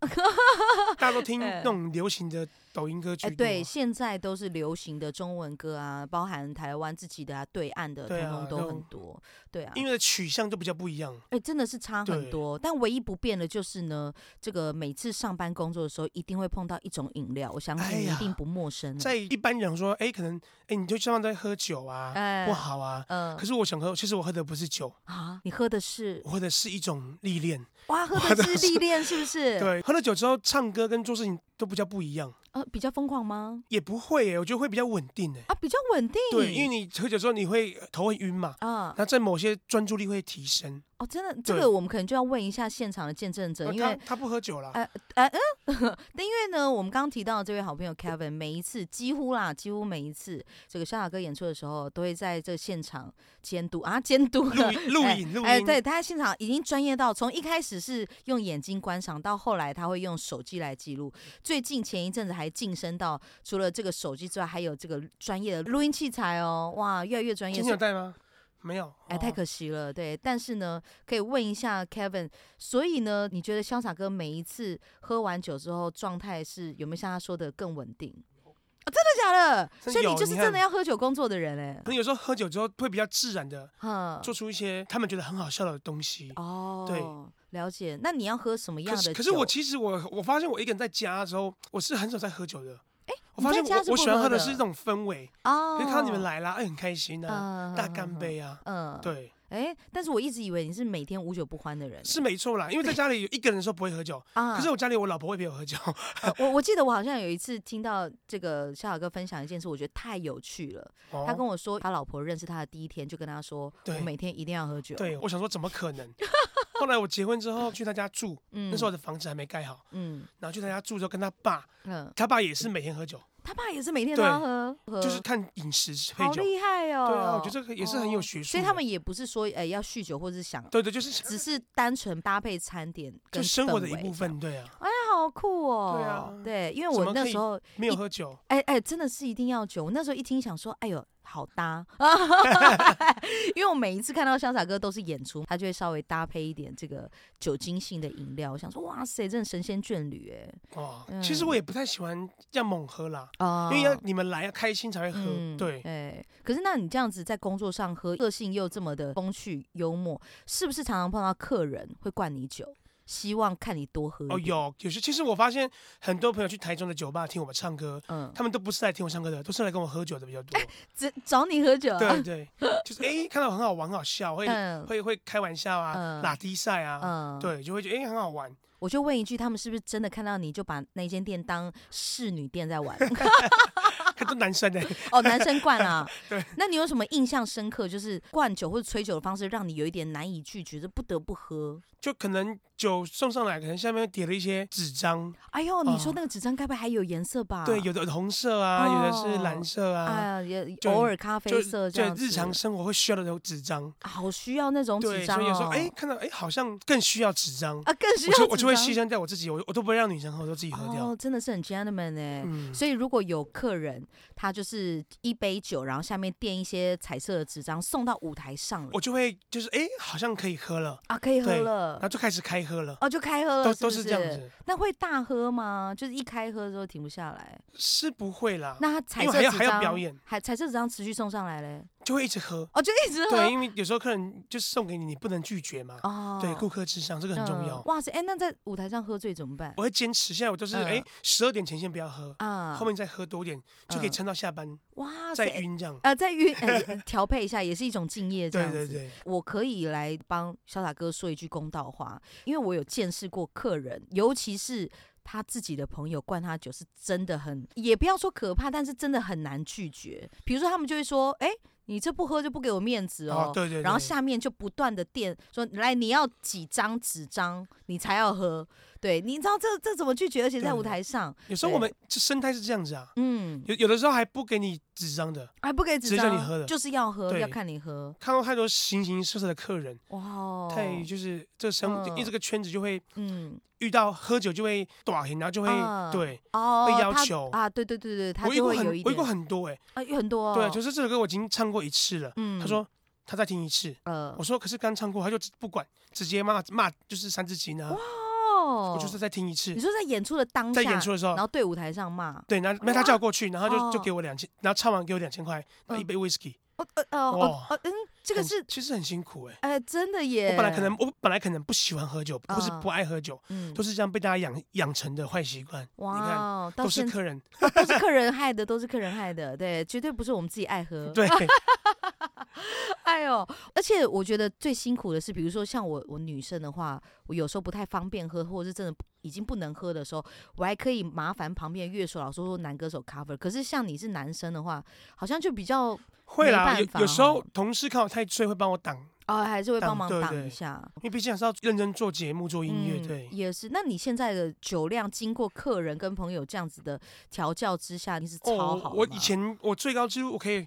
Speaker 1: 大家都听
Speaker 2: 哎
Speaker 1: 那种流行的抖音歌
Speaker 2: 哎、
Speaker 1: 居多，
Speaker 2: 对，现在都是流行的中文歌啊，包含台湾自己的啊，对岸的，
Speaker 1: 对
Speaker 2: 通
Speaker 1: 啊
Speaker 2: 通都
Speaker 1: 都
Speaker 2: 很多。对啊，
Speaker 1: 音乐的取向都比较不一样。
Speaker 2: 哎、真的是差很
Speaker 1: 对
Speaker 2: 多。但唯一不变的就是呢，这个每次上班工作的时候，一定会碰到一种饮料，我相
Speaker 1: 哎
Speaker 2: 信你一
Speaker 1: 呀
Speaker 2: 定不陌生了。
Speaker 1: 在一般人说，哎、可能哎、你就这样在喝酒啊，
Speaker 2: 哎
Speaker 1: 不好啊。
Speaker 2: 嗯、
Speaker 1: 可是我想喝，其实我喝的不是酒，
Speaker 2: 啊，你喝的是
Speaker 1: 我喝的是一种历练。
Speaker 2: 哇，喝
Speaker 1: 我
Speaker 2: 的
Speaker 1: 的
Speaker 2: 是
Speaker 1: 是
Speaker 2: 历练，是不是？，
Speaker 1: 对，喝了酒之后，唱歌跟做事情都比较不一样，
Speaker 2: 呃，比较疯狂吗？
Speaker 1: 也不会耶、我觉得会比较稳定诶、
Speaker 2: 啊，比较稳定。
Speaker 1: 对，因为你喝酒之后你会呃头会晕嘛，
Speaker 2: 啊
Speaker 1: 然，后在某些专注力会提升。
Speaker 2: 哦，真的，这
Speaker 1: 对
Speaker 2: 个我们可能就要问一下现场的见证者，
Speaker 1: 哦
Speaker 2: 因为
Speaker 1: 他他不喝酒啦，
Speaker 2: 哎哎嗯，但因为呢，我们刚刚提到的这位好朋友 Kevin，每一次几乎啦，几乎每一次这个潇洒哥演出的时候，都会在这现场监督啊，监督
Speaker 1: 录影录
Speaker 2: 哎
Speaker 1: 影录
Speaker 2: 哎，
Speaker 1: 音
Speaker 2: 对，他在现场已经专业到从一开始是用眼睛观赏，到后来他会用手机来记录。最近前一阵子还晋升到除了这个手机之外，还有这个专业的录音器材哦，哇，越来越专业。
Speaker 1: 今天有带吗？没有，
Speaker 2: 哎，太
Speaker 1: 哦
Speaker 2: 可惜了，对。但是呢，可以问一下 Kevin，所以呢，你觉得潇洒哥每一次喝完酒之后，状态是有没有像他说的更稳定？哦、真的假的？
Speaker 1: 真
Speaker 2: 所以你
Speaker 1: 有
Speaker 2: 就是
Speaker 1: 你
Speaker 2: 真的
Speaker 1: 看
Speaker 2: 要喝酒工作的人哎、
Speaker 1: 可能有时候喝酒之后会比较自然的
Speaker 2: 哈，
Speaker 1: 做出一些他们觉得很好笑的东西。
Speaker 2: 哦，
Speaker 1: 对，
Speaker 2: 了解。那你要喝什么样
Speaker 1: 可
Speaker 2: 的
Speaker 1: 是
Speaker 2: 酒？
Speaker 1: 可是我其实我我发现我一个人在家的时候，我是很少在喝酒的。哎、我我发现
Speaker 2: 你在家
Speaker 1: 我
Speaker 2: 是
Speaker 1: 我
Speaker 2: 不
Speaker 1: 喜欢
Speaker 2: 喝
Speaker 1: 喝的
Speaker 2: 的
Speaker 1: 是这种氛围，
Speaker 2: 哦，
Speaker 1: 可是看到你们来啦，哎，很开心啊，
Speaker 2: 嗯，
Speaker 1: 大干杯啊，
Speaker 2: 嗯，嗯，
Speaker 1: 对，
Speaker 2: 哎，但是我一直以为你是每天无酒不欢的人
Speaker 1: 是没错啦，因为在家里有一个人的时候不会喝酒，
Speaker 2: 啊。
Speaker 1: 可是我家里我老婆会陪我 喝酒，
Speaker 2: 呃我我记得我好像有一次听到这个逍遥哥分享一件事，我觉得太有趣了。他跟
Speaker 1: 哦，
Speaker 2: 我说，他老婆认识他的第一天就跟他说，我
Speaker 1: 对
Speaker 2: 每天一定要喝酒。
Speaker 1: 对，我想说怎么可 能？后来我结婚之后去他家住，
Speaker 2: 嗯
Speaker 1: 那时候我的房子还没盖好，
Speaker 2: 嗯
Speaker 1: 然后去他家住之后跟他爸，
Speaker 2: 嗯，
Speaker 1: 他爸也是每天喝酒，
Speaker 2: 他爸也是每天都要喝，喝
Speaker 1: 就是看饮食配
Speaker 2: 嗯好
Speaker 1: 酒，
Speaker 2: 厉害哦。
Speaker 1: 对啊，我觉得这个也是很有
Speaker 2: 哦
Speaker 1: 学术的，
Speaker 2: 所以他们也不是说哎要酗酒或是想，
Speaker 1: 对对，就是
Speaker 2: 只是单纯搭配餐点
Speaker 1: 就
Speaker 2: 跟
Speaker 1: 生活的
Speaker 2: 氛
Speaker 1: 一
Speaker 2: 围
Speaker 1: 部
Speaker 2: 这样。
Speaker 1: 分，对啊，
Speaker 2: 哎，好酷哦！
Speaker 1: 对啊
Speaker 2: 对，因为
Speaker 1: 怎
Speaker 2: 我
Speaker 1: 么
Speaker 2: 那
Speaker 1: 可以
Speaker 2: 时候
Speaker 1: 没有喝酒，
Speaker 2: 哎哎，真的是一定要酒。我那时候一听想说，哎呦，好搭， 因为我每一次看到潇洒哥都是演出，他就会稍微搭配一点这个酒精性的饮料。我想说，哇塞，真的神仙眷侣哎！
Speaker 1: 哦
Speaker 2: 嗯，
Speaker 1: 其实我也不太喜欢这样猛喝啦，
Speaker 2: 啊
Speaker 1: 因为要你们来要开心才会喝，对，
Speaker 2: 哎，可是那你这样子在工作上喝，个性又这么的风趣幽默，是不是常常碰到客人会灌你酒，希望看你多喝？
Speaker 1: 哦，，有有些，其实我发现很多朋友去台中的酒吧听我们唱歌，
Speaker 2: 嗯，
Speaker 1: 他们都不是来听我唱歌的，都是来跟我喝酒的比较多。
Speaker 2: 只找你喝酒、啊，
Speaker 1: 对 对，就是哎、诶看到我很好玩，很好笑，会、
Speaker 2: 嗯
Speaker 1: 会会开玩笑啊
Speaker 2: 嗯，
Speaker 1: 拉低赛啊，
Speaker 2: 嗯，
Speaker 1: 对，就会觉得哎、诶很好 玩。
Speaker 2: 我就问一句，他们是不是真的看到你就把那间店当侍女店在玩？
Speaker 1: 很多男生呢、
Speaker 2: 哦，男生灌啊。
Speaker 1: 对。
Speaker 2: 那你有什么印象深刻，就是灌酒或者吹酒的方式，让你有一点难以拒绝，就不得不喝？
Speaker 1: 就可能酒送上来，可能下面叠了一些纸张，
Speaker 2: 哎呦，你说
Speaker 1: 哦
Speaker 2: 那个纸张该不会还有颜色吧？
Speaker 1: 对，有的有红色啊，有的是
Speaker 2: 哦
Speaker 1: 蓝色啊，
Speaker 2: 啊，也
Speaker 1: 就
Speaker 2: 偶尔咖啡
Speaker 1: 就
Speaker 2: 色这
Speaker 1: 对
Speaker 2: 样子。
Speaker 1: 日常生活会需要的那种纸张，
Speaker 2: 啊好需要那种
Speaker 1: 对，
Speaker 2: 纸张
Speaker 1: 所以有时
Speaker 2: 哦。
Speaker 1: 候哎、看到哎、好像更需要纸张，
Speaker 2: 啊，更需
Speaker 1: 我
Speaker 2: 要
Speaker 1: 就我就会
Speaker 2: 纸
Speaker 1: 牺牲掉我自己，我我都不会让女生喝，我都自己
Speaker 2: 张
Speaker 1: 喝掉。
Speaker 2: 哦，真的是很 gentleman 哎。
Speaker 1: 嗯，
Speaker 2: 所以如果有客人，他就是一杯酒，然后下面垫一些彩色的纸张送到舞台上了
Speaker 1: 我就会就是哎、好像可以喝了，
Speaker 2: 啊，可以喝
Speaker 1: 对
Speaker 2: 了
Speaker 1: 然后。就开始开喝了，
Speaker 2: 哦，就开喝了，
Speaker 1: 都
Speaker 2: 不
Speaker 1: 都是这样子，
Speaker 2: 那会大喝吗？就是一开喝之后停不下来。
Speaker 1: 是不会啦，
Speaker 2: 那他彩
Speaker 1: 因为
Speaker 2: 色
Speaker 1: 还要
Speaker 2: 纸
Speaker 1: 还要
Speaker 2: 张
Speaker 1: 表演
Speaker 2: 还彩色纸张持续送上来嘞。
Speaker 1: 就会一直喝。
Speaker 2: 哦，就一直喝。
Speaker 1: 对，因为有时候客人就是送给你，你不能拒绝嘛。
Speaker 2: 哦，
Speaker 1: 对，顾客至上，这个很重要
Speaker 2: 嗯。哇塞，哎，那在舞台上喝醉怎么办？
Speaker 1: 我会坚持，现在我都是
Speaker 2: 嗯
Speaker 1: 哎，十二点前先不要喝，
Speaker 2: 啊，
Speaker 1: 后面再喝多点，就
Speaker 2: 嗯
Speaker 1: 可以撑到下班
Speaker 2: 哇
Speaker 1: 再
Speaker 2: 塞，
Speaker 1: 晕这样。
Speaker 2: 呃，再晕，呃调配一下也是一种敬业，这
Speaker 1: 对
Speaker 2: 样
Speaker 1: 对
Speaker 2: 子。
Speaker 1: 对，
Speaker 2: 我可以来帮潇洒哥说一句公道话，因为我有见识过客人，尤其是。他自己的朋友灌他酒是真的很，也不要说可怕，但是真的很难拒绝。比如说他们就会说：“哎、你这不喝就不给我面子哦。
Speaker 1: 哦对对对
Speaker 2: 然后下面就不断的垫说：“来，你要几张纸张你才要喝？”对，你知道这这怎么拒绝？而且在
Speaker 1: 对
Speaker 2: 舞台上，
Speaker 1: 有时候我们这生态是这样子啊，
Speaker 2: 嗯，
Speaker 1: 有有的时候还不给你纸张的，
Speaker 2: 还不给纸
Speaker 1: 直接叫
Speaker 2: 张，
Speaker 1: 你喝的
Speaker 2: 就是要喝，
Speaker 1: 对
Speaker 2: 要看你喝。
Speaker 1: 看到太多形形色色的客人，
Speaker 2: 哇哦，
Speaker 1: 太就是这个生，
Speaker 2: 嗯
Speaker 1: 因为这个圈子就会
Speaker 2: 嗯，
Speaker 1: 遇到喝酒就会短然后就
Speaker 2: 嗯
Speaker 1: 会对。
Speaker 2: 哦，
Speaker 1: 被要
Speaker 2: 他
Speaker 1: 求
Speaker 2: 啊，对对对对，他
Speaker 1: 我遇
Speaker 2: 就
Speaker 1: 过
Speaker 2: 会
Speaker 1: 很
Speaker 2: 有一
Speaker 1: 我遇
Speaker 2: 点
Speaker 1: 过很多哎，
Speaker 2: 啊，有很多、哦、
Speaker 1: 对，就是这首歌我已经唱过一次了，
Speaker 2: 嗯
Speaker 1: 他说他再听一次，
Speaker 2: 呃
Speaker 1: 我说可是刚唱过，他就不管，直接骂骂就是三字经啊，
Speaker 2: 哦，
Speaker 1: 我就是再听一次
Speaker 2: 你，说在演出的当下，
Speaker 1: 在演出的时候
Speaker 2: 然后对舞台上骂，
Speaker 1: 对，然后那他叫我过去，然后
Speaker 2: 哦
Speaker 1: 就就给我两千，然后唱完给我两千块，然后一
Speaker 2: 嗯
Speaker 1: 杯 whisky，
Speaker 2: 哦呃呃哦
Speaker 1: 哇
Speaker 2: 哦嗯，这个
Speaker 1: 很
Speaker 2: 是
Speaker 1: 其实很辛苦哎，
Speaker 2: 哎、真的耶，
Speaker 1: 我本来可能我本来可能不喜欢喝酒，不是
Speaker 2: 啊
Speaker 1: 不爱喝酒，
Speaker 2: 嗯
Speaker 1: 都是这样被大家养养成的坏习惯，你看
Speaker 2: 哇哦，到
Speaker 1: 都是
Speaker 2: 现在
Speaker 1: 客人，
Speaker 2: 都是客人害的，都是客人害的，对，绝对不是我们自己爱喝，
Speaker 1: 对，
Speaker 2: 哎呦，而且我觉得最辛苦的是，比如说像我我女生的话，我有时候不太方便喝，或者是真的已经不能喝的时候，我还可以麻烦旁边的乐手老师说男歌手 cover。可是像你是男生的话，好像就比较
Speaker 1: 会
Speaker 2: 没
Speaker 1: 啦，
Speaker 2: 办
Speaker 1: 有
Speaker 2: 法
Speaker 1: 有时候
Speaker 2: 哦
Speaker 1: 同事看我太醉会帮我挡，
Speaker 2: 哦，还是会帮
Speaker 1: 挡
Speaker 2: 忙
Speaker 1: 对
Speaker 2: 挡
Speaker 1: 对
Speaker 2: 一下。
Speaker 1: 因为毕竟还是要认真做节目做音乐，
Speaker 2: 嗯
Speaker 1: 对，
Speaker 2: 也是。那你现在的酒量，经过客人跟朋友这样子的调教之下，你是超
Speaker 1: 哦
Speaker 2: 好的吗、，
Speaker 1: 我以前我最高纪录我可以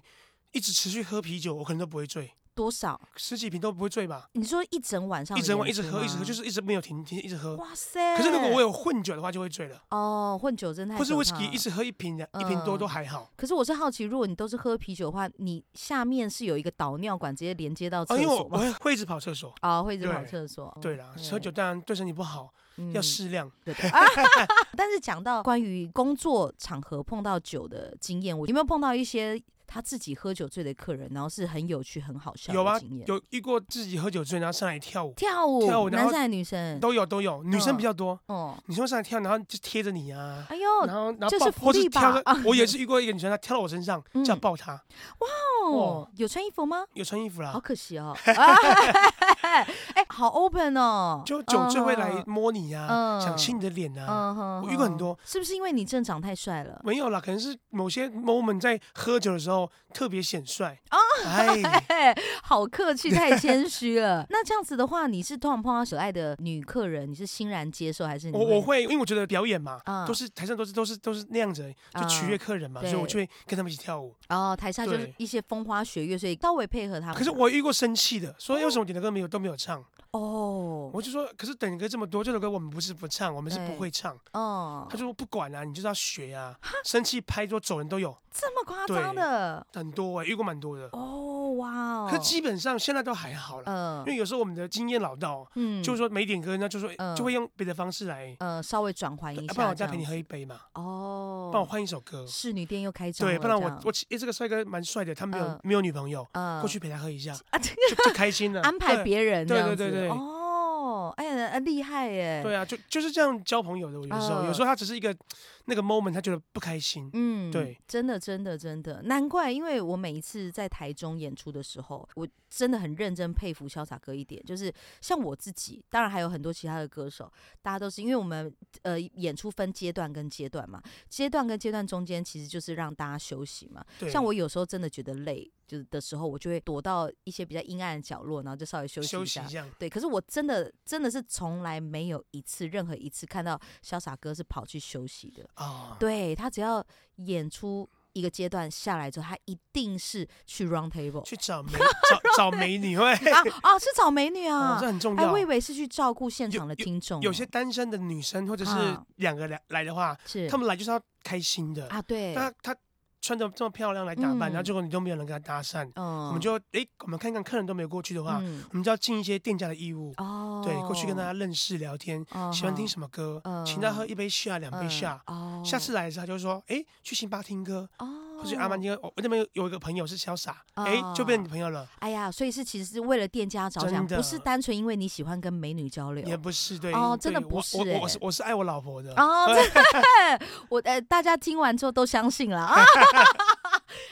Speaker 1: 一直持续喝啤酒，我可能都不会醉，
Speaker 2: 多少？
Speaker 1: 十几瓶都不会醉吧，
Speaker 2: 你说一整晚上
Speaker 1: 一
Speaker 2: 的
Speaker 1: 整晚一
Speaker 2: 演
Speaker 1: 直
Speaker 2: 出
Speaker 1: 喝一直喝，
Speaker 2: 吗
Speaker 1: 就是一直没有停停一直喝。
Speaker 2: 哇塞！
Speaker 1: 可是如果我有混酒的话，就会醉了。
Speaker 2: 哦，混酒真的太
Speaker 1: 或是
Speaker 2: 可
Speaker 1: whisky
Speaker 2: 怕嗯
Speaker 1: 一直喝一瓶的，一瓶多都还好。
Speaker 2: 可是我是好奇，如果你都是喝啤酒的话，你下面是有一个导尿管直接连接到厕
Speaker 1: 啊，因为我
Speaker 2: 所
Speaker 1: 我
Speaker 2: 吗？
Speaker 1: 会会一直跑厕所。
Speaker 2: 啊、会一直跑
Speaker 1: 对
Speaker 2: 厕所。
Speaker 1: 对啦，喝酒当然对身体不好，
Speaker 2: 嗯
Speaker 1: 要适量。
Speaker 2: 对的 但是讲到关于工作场合碰到酒的经验，我有没有碰到一些他自己喝酒醉的客人，然后是很有趣、很好笑
Speaker 1: 有啊
Speaker 2: 的经，验。
Speaker 1: 有遇过自己喝酒醉然后上来跳舞，
Speaker 2: 跳舞，
Speaker 1: 跳舞然
Speaker 2: 男
Speaker 1: 后
Speaker 2: 生还是女生？
Speaker 1: 都有都有，女生比较多。
Speaker 2: 哦，
Speaker 1: 女生上来跳，然后就贴着你啊，
Speaker 2: 哎呦，
Speaker 1: 然后然
Speaker 2: 这
Speaker 1: 后
Speaker 2: 是
Speaker 1: 抱，
Speaker 2: 福
Speaker 1: 或是
Speaker 2: 利吧啊
Speaker 1: 跳到。我也是遇过一个女生，她跳到我身上，这样
Speaker 2: 嗯
Speaker 1: 抱她，
Speaker 2: 哦
Speaker 1: 哦，
Speaker 2: 有穿衣服吗？
Speaker 1: 有穿衣服
Speaker 2: 好
Speaker 1: 啦，
Speaker 2: 可 惜哦， 哎，好 open 哦，
Speaker 1: 就酒醉会来
Speaker 2: 嗯，
Speaker 1: 摸你啊，想
Speaker 2: 嗯
Speaker 1: 亲你的脸啊，
Speaker 2: 嗯哼
Speaker 1: 我遇过很多，
Speaker 2: 是不是因为你正长太 帅了？
Speaker 1: 没有啦，可能是某些 moment 在喝酒的时候特别显帅
Speaker 2: 哦
Speaker 1: 啊，哎，
Speaker 2: 哎，好客气，太谦 虚了。那这样子的话，你是通常碰到小爱的女客人，你是欣然接受还是你
Speaker 1: 我我会，因为我觉得表演嘛
Speaker 2: 嗯，
Speaker 1: 都是台上都是都是都是那样子，就取悦客人嘛，
Speaker 2: 对
Speaker 1: 所以我就会跟他们一起跳舞。
Speaker 2: 哦，台下就是
Speaker 1: 对
Speaker 2: 一些风花雪月，所以稍微配合他们。
Speaker 1: 可是我遇过生气的，说为什么点的歌没有都没有唱，
Speaker 2: 哦，
Speaker 1: 我就说，可是等歌这么多，这首歌我们不是不唱，我们是
Speaker 2: 对
Speaker 1: 不会唱。
Speaker 2: 哦
Speaker 1: 他，就说不管啊，你就是要学啊，生气拍桌走人都有
Speaker 2: 这么夸张的
Speaker 1: 很多哎、遇过蛮多的。
Speaker 2: 哦，哇哦，
Speaker 1: 可基本上现在都还好了，
Speaker 2: 嗯
Speaker 1: 因为有时候我们的经验老道，
Speaker 2: 嗯，
Speaker 1: 就是说没点歌，那就说
Speaker 2: 嗯
Speaker 1: 就会用别的方式来，
Speaker 2: 呃稍微转换
Speaker 1: 对
Speaker 2: 一
Speaker 1: 啊不然
Speaker 2: 下
Speaker 1: 我
Speaker 2: 这
Speaker 1: 再
Speaker 2: 样
Speaker 1: 陪你
Speaker 2: 子，
Speaker 1: 喝一杯嘛，
Speaker 2: 哦，
Speaker 1: 帮我换一首歌。
Speaker 2: 侍女店又开张了，
Speaker 1: 对，不然
Speaker 2: 这
Speaker 1: 我
Speaker 2: 样
Speaker 1: 我诶这个帅哥蛮帅的，他没
Speaker 2: 嗯
Speaker 1: 有没有女朋友，
Speaker 2: 呃
Speaker 1: 过去陪他喝一下，
Speaker 2: 啊，这
Speaker 1: 就就开心了。
Speaker 2: 安排
Speaker 1: 对
Speaker 2: 别人这
Speaker 1: 对
Speaker 2: 样子，
Speaker 1: 对对对
Speaker 2: 哦，哎呀，啊厉害耶，
Speaker 1: 对啊，就就是这样交朋友的。我有时候
Speaker 2: 嗯
Speaker 1: 有时候他只是一个那个 moment，他觉得不开心，
Speaker 2: 嗯，
Speaker 1: 对，
Speaker 2: 真的，真的，真的，难怪，因为我每一次在台中演出的时候，我真的很认真佩服潇洒哥一点，就是像我自己，当然还有很多其他的歌手，大家都是因为我们呃演出分阶段跟阶段嘛，阶段跟阶段中间其实就是让大家休息嘛。
Speaker 1: 对，
Speaker 2: 像我有时候真的觉得累，就是的时候，我就会躲到一些比较阴暗的角落，然后就稍微休息
Speaker 1: 休
Speaker 2: 一
Speaker 1: 息
Speaker 2: 下
Speaker 1: 一。下，
Speaker 2: 对，可是我真的真的是从来没有一次任何一次看到潇洒哥是跑去休息的。
Speaker 1: 啊，
Speaker 2: 对他只要演出一个阶段下来之后，他一定是去 round table
Speaker 1: 去找美 找找美女会，
Speaker 2: 啊啊，是找美女
Speaker 1: 哦
Speaker 2: 啊
Speaker 1: 这。很重
Speaker 2: 哎，
Speaker 1: 要
Speaker 2: 我以。为是去照顾现场的听众哦，
Speaker 1: 有些单身的女生或者是
Speaker 2: 啊
Speaker 1: 两个来来的话，
Speaker 2: 是
Speaker 1: 她们来就是要开心的。
Speaker 2: 啊，对，
Speaker 1: 那她穿着这么漂亮来打扮，
Speaker 2: 嗯
Speaker 1: 然后结果你都没有人跟她搭讪，
Speaker 2: 嗯，
Speaker 1: 我们就诶，我们看看客人都没有过去的话，
Speaker 2: 嗯
Speaker 1: 我们就要尽一些店家的义务，
Speaker 2: 哦，
Speaker 1: 对，过去跟大家认识聊天，
Speaker 2: 哦
Speaker 1: 喜欢听什么歌
Speaker 2: 嗯，
Speaker 1: 请她喝一杯下两杯
Speaker 2: 嗯
Speaker 1: 下。
Speaker 2: 哦，
Speaker 1: 下次来的时候，她就说：“诶，去星巴克听歌，
Speaker 2: 哦，
Speaker 1: 或者阿曼尼，我我那边有有一个朋友是潇洒，哎、
Speaker 2: 哦
Speaker 1: 就变你朋友了，
Speaker 2: 哎呀，所以是其实是为了店家着想，
Speaker 1: 真的
Speaker 2: 不是单纯因为你喜欢跟美女交流
Speaker 1: 也。不是对
Speaker 2: 哦
Speaker 1: 对
Speaker 2: 真的不是
Speaker 1: 我我
Speaker 2: 哎
Speaker 1: 我是我是爱我老婆的
Speaker 2: 哦，
Speaker 1: 对
Speaker 2: 这我呃，大家听完之后都相信了啊。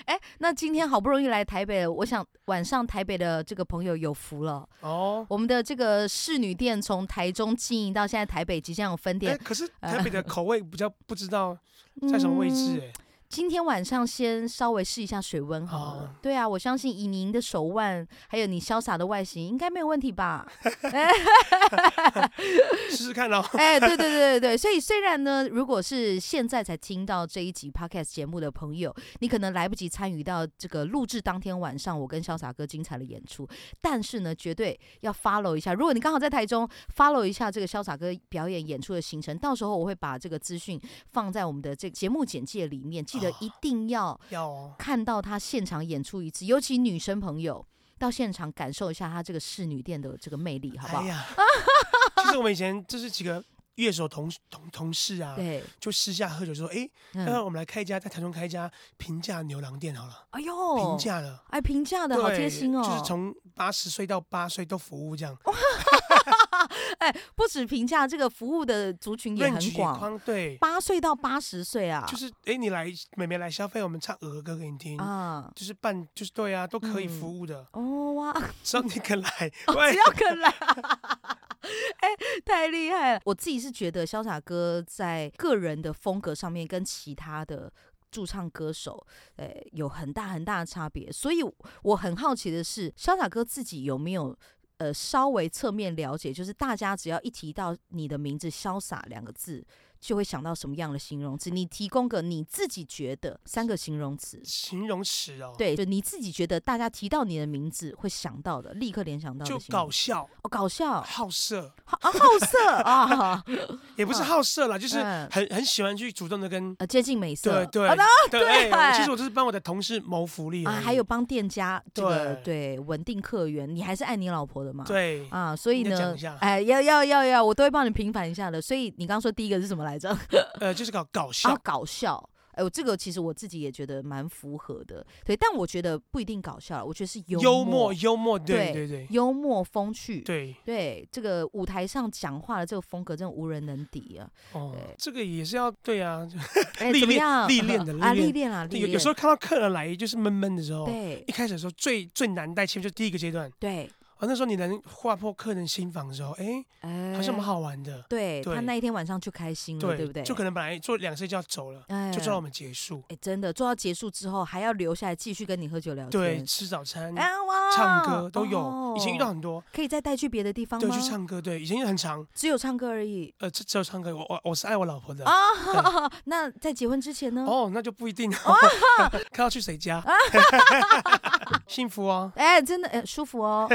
Speaker 2: 哎，那今天好不容易来台北了，我想晚上台北的这个朋友有福了。
Speaker 1: 哦。
Speaker 2: 我们的这个侍女店从台中经营到现在台北，即将有分
Speaker 1: 哎，
Speaker 2: 店，
Speaker 1: 可是台北的口味比较不知道在什么位置
Speaker 2: 嗯
Speaker 1: 哎、
Speaker 2: 今天晚上先稍微试一下水温好了。
Speaker 1: 哦
Speaker 2: 对啊，我相信以您的手腕，还有你潇洒的外形，应该没有问题吧？
Speaker 1: 试试看喽。
Speaker 2: 哎，对对对对对，所以虽然呢，如果是现在才听到这一集 podcast 节目的朋友，你可能来不及参与到这个录制当天晚上我跟潇洒哥精彩的演出，但是呢，绝对要 follow 一下。如果你刚好在台中，follow 一下这个潇洒哥表演演出的行程，到时候我会把这个资讯放在我们的这个节目简介里面，记得
Speaker 1: 哦
Speaker 2: 一定要
Speaker 1: 要哦，
Speaker 2: 看到他现场演出一次，尤其女生朋友。到现场感受一下他这个侍女店的这个魅力，好不好？
Speaker 1: 哎 呀，其实我们以前就是几个乐手同同同事啊，
Speaker 2: 对，
Speaker 1: 就私下喝酒说，哎、
Speaker 2: 嗯
Speaker 1: 要不然我们来开一家在台中开一家平价牛郎店好了，
Speaker 2: 哎呦，
Speaker 1: 平价了。
Speaker 2: 哎，评价的
Speaker 1: 对
Speaker 2: 好贴心哦，
Speaker 1: 就是从八十岁到八岁都服务这样，
Speaker 2: 不止评价这个服务的族群也
Speaker 1: range
Speaker 2: 很
Speaker 1: 也
Speaker 2: 广，
Speaker 1: 宽对，
Speaker 2: 八岁到八十岁啊，
Speaker 1: 就是哎、诶你来妹妹来消费，我们唱儿歌给你听，
Speaker 2: 啊，
Speaker 1: 就是办就是对啊，都可以
Speaker 2: 嗯
Speaker 1: 服务的，
Speaker 2: 哦 哇，
Speaker 1: 只要你肯 来。
Speaker 2: 哦只
Speaker 1: 喂，
Speaker 2: 要肯来。哎，太厉害了！我自己是觉得潇洒哥在个人的风格上面跟其他的驻唱歌手，呃，有很大很大的差别。所以我很好奇的是，潇洒哥自己有没有呃稍微侧面了解，就是大家只要一提到你的名字“潇洒”两个字，就会想到什么样的形容词？你提供个你自己觉得三个形容词。
Speaker 1: 形容词哦，，
Speaker 2: 对，就你自己觉得大家提到你的名字会想到的，立刻联想到的
Speaker 1: 就
Speaker 2: 形容
Speaker 1: 搞笑、
Speaker 2: 哦，搞笑，
Speaker 1: 好色，
Speaker 2: 好啊，好色啊，
Speaker 1: 也不是
Speaker 2: 嗯
Speaker 1: 好色啦， 就是
Speaker 2: 嗯
Speaker 1: 很很喜欢去主动的跟。
Speaker 2: 呃，接近美色，
Speaker 1: 对对
Speaker 2: 啊那
Speaker 1: 对，哎我其
Speaker 2: 对
Speaker 1: 实我就是帮我的同事谋福利而
Speaker 2: 啊，
Speaker 1: 已
Speaker 2: 还有帮店家这个对稳定客源，你还是爱你老婆的嘛？
Speaker 1: 对，
Speaker 2: 啊，所以
Speaker 1: 你再
Speaker 2: 呢
Speaker 1: 讲一下，
Speaker 2: 哎，要要要要，我都会帮你平反一下的。所以你刚刚说第一个是什么来着？
Speaker 1: 呃，就是搞搞
Speaker 2: 啊
Speaker 1: 笑，，
Speaker 2: 搞笑。哎、我这个其实我自己也觉得蛮符合的，对，但我觉得不一定搞笑啦，我觉得是
Speaker 1: 幽
Speaker 2: 默
Speaker 1: 默、幽默，对
Speaker 2: 对
Speaker 1: 对对
Speaker 2: 幽默风趣，
Speaker 1: 对
Speaker 2: 对这个舞台上讲话的这个风格，真的无人能敌啊！
Speaker 1: 哦
Speaker 2: 对，
Speaker 1: 这个也是要对啊，
Speaker 2: 哎，
Speaker 1: 历
Speaker 2: 怎么
Speaker 1: 练
Speaker 2: 样？
Speaker 1: 历练的
Speaker 2: 啊，
Speaker 1: 历
Speaker 2: 历
Speaker 1: 练
Speaker 2: 练啊，历
Speaker 1: 有
Speaker 2: 练。
Speaker 1: 有时候看到客人来就是闷闷的时候，
Speaker 2: 对
Speaker 1: 一开始的时候最最难带气氛就是第一个阶段
Speaker 2: 对，
Speaker 1: 啊，那时候你能划破客人心房的时候，哎，
Speaker 2: 哎，
Speaker 1: 好像蛮好玩的，
Speaker 2: 对他
Speaker 1: 对
Speaker 2: 那一天晚上就开心了，嗯对不对？
Speaker 1: 就可能本来做两次就要走了，
Speaker 2: 哎
Speaker 1: 就知道我们结束，
Speaker 2: 哎，真的做到结束之后，还要留下来继续跟你喝酒聊
Speaker 1: 对，
Speaker 2: 天，
Speaker 1: 吃早餐。
Speaker 2: 啊哇，
Speaker 1: 唱歌都有，以前遇到
Speaker 2: 哦
Speaker 1: 很多，
Speaker 2: 可以再带去别的地方
Speaker 1: 对，
Speaker 2: 吗？
Speaker 1: 去唱歌，对，以前也很长，
Speaker 2: 只有唱歌而已
Speaker 1: 呃，只只有唱歌，我我我是爱我老婆的，
Speaker 2: 啊。那在结婚之前呢？
Speaker 1: 哦，那就不一定哦， 看要去谁 家，幸福哦，
Speaker 2: 哎，真的，哎，舒 服哦。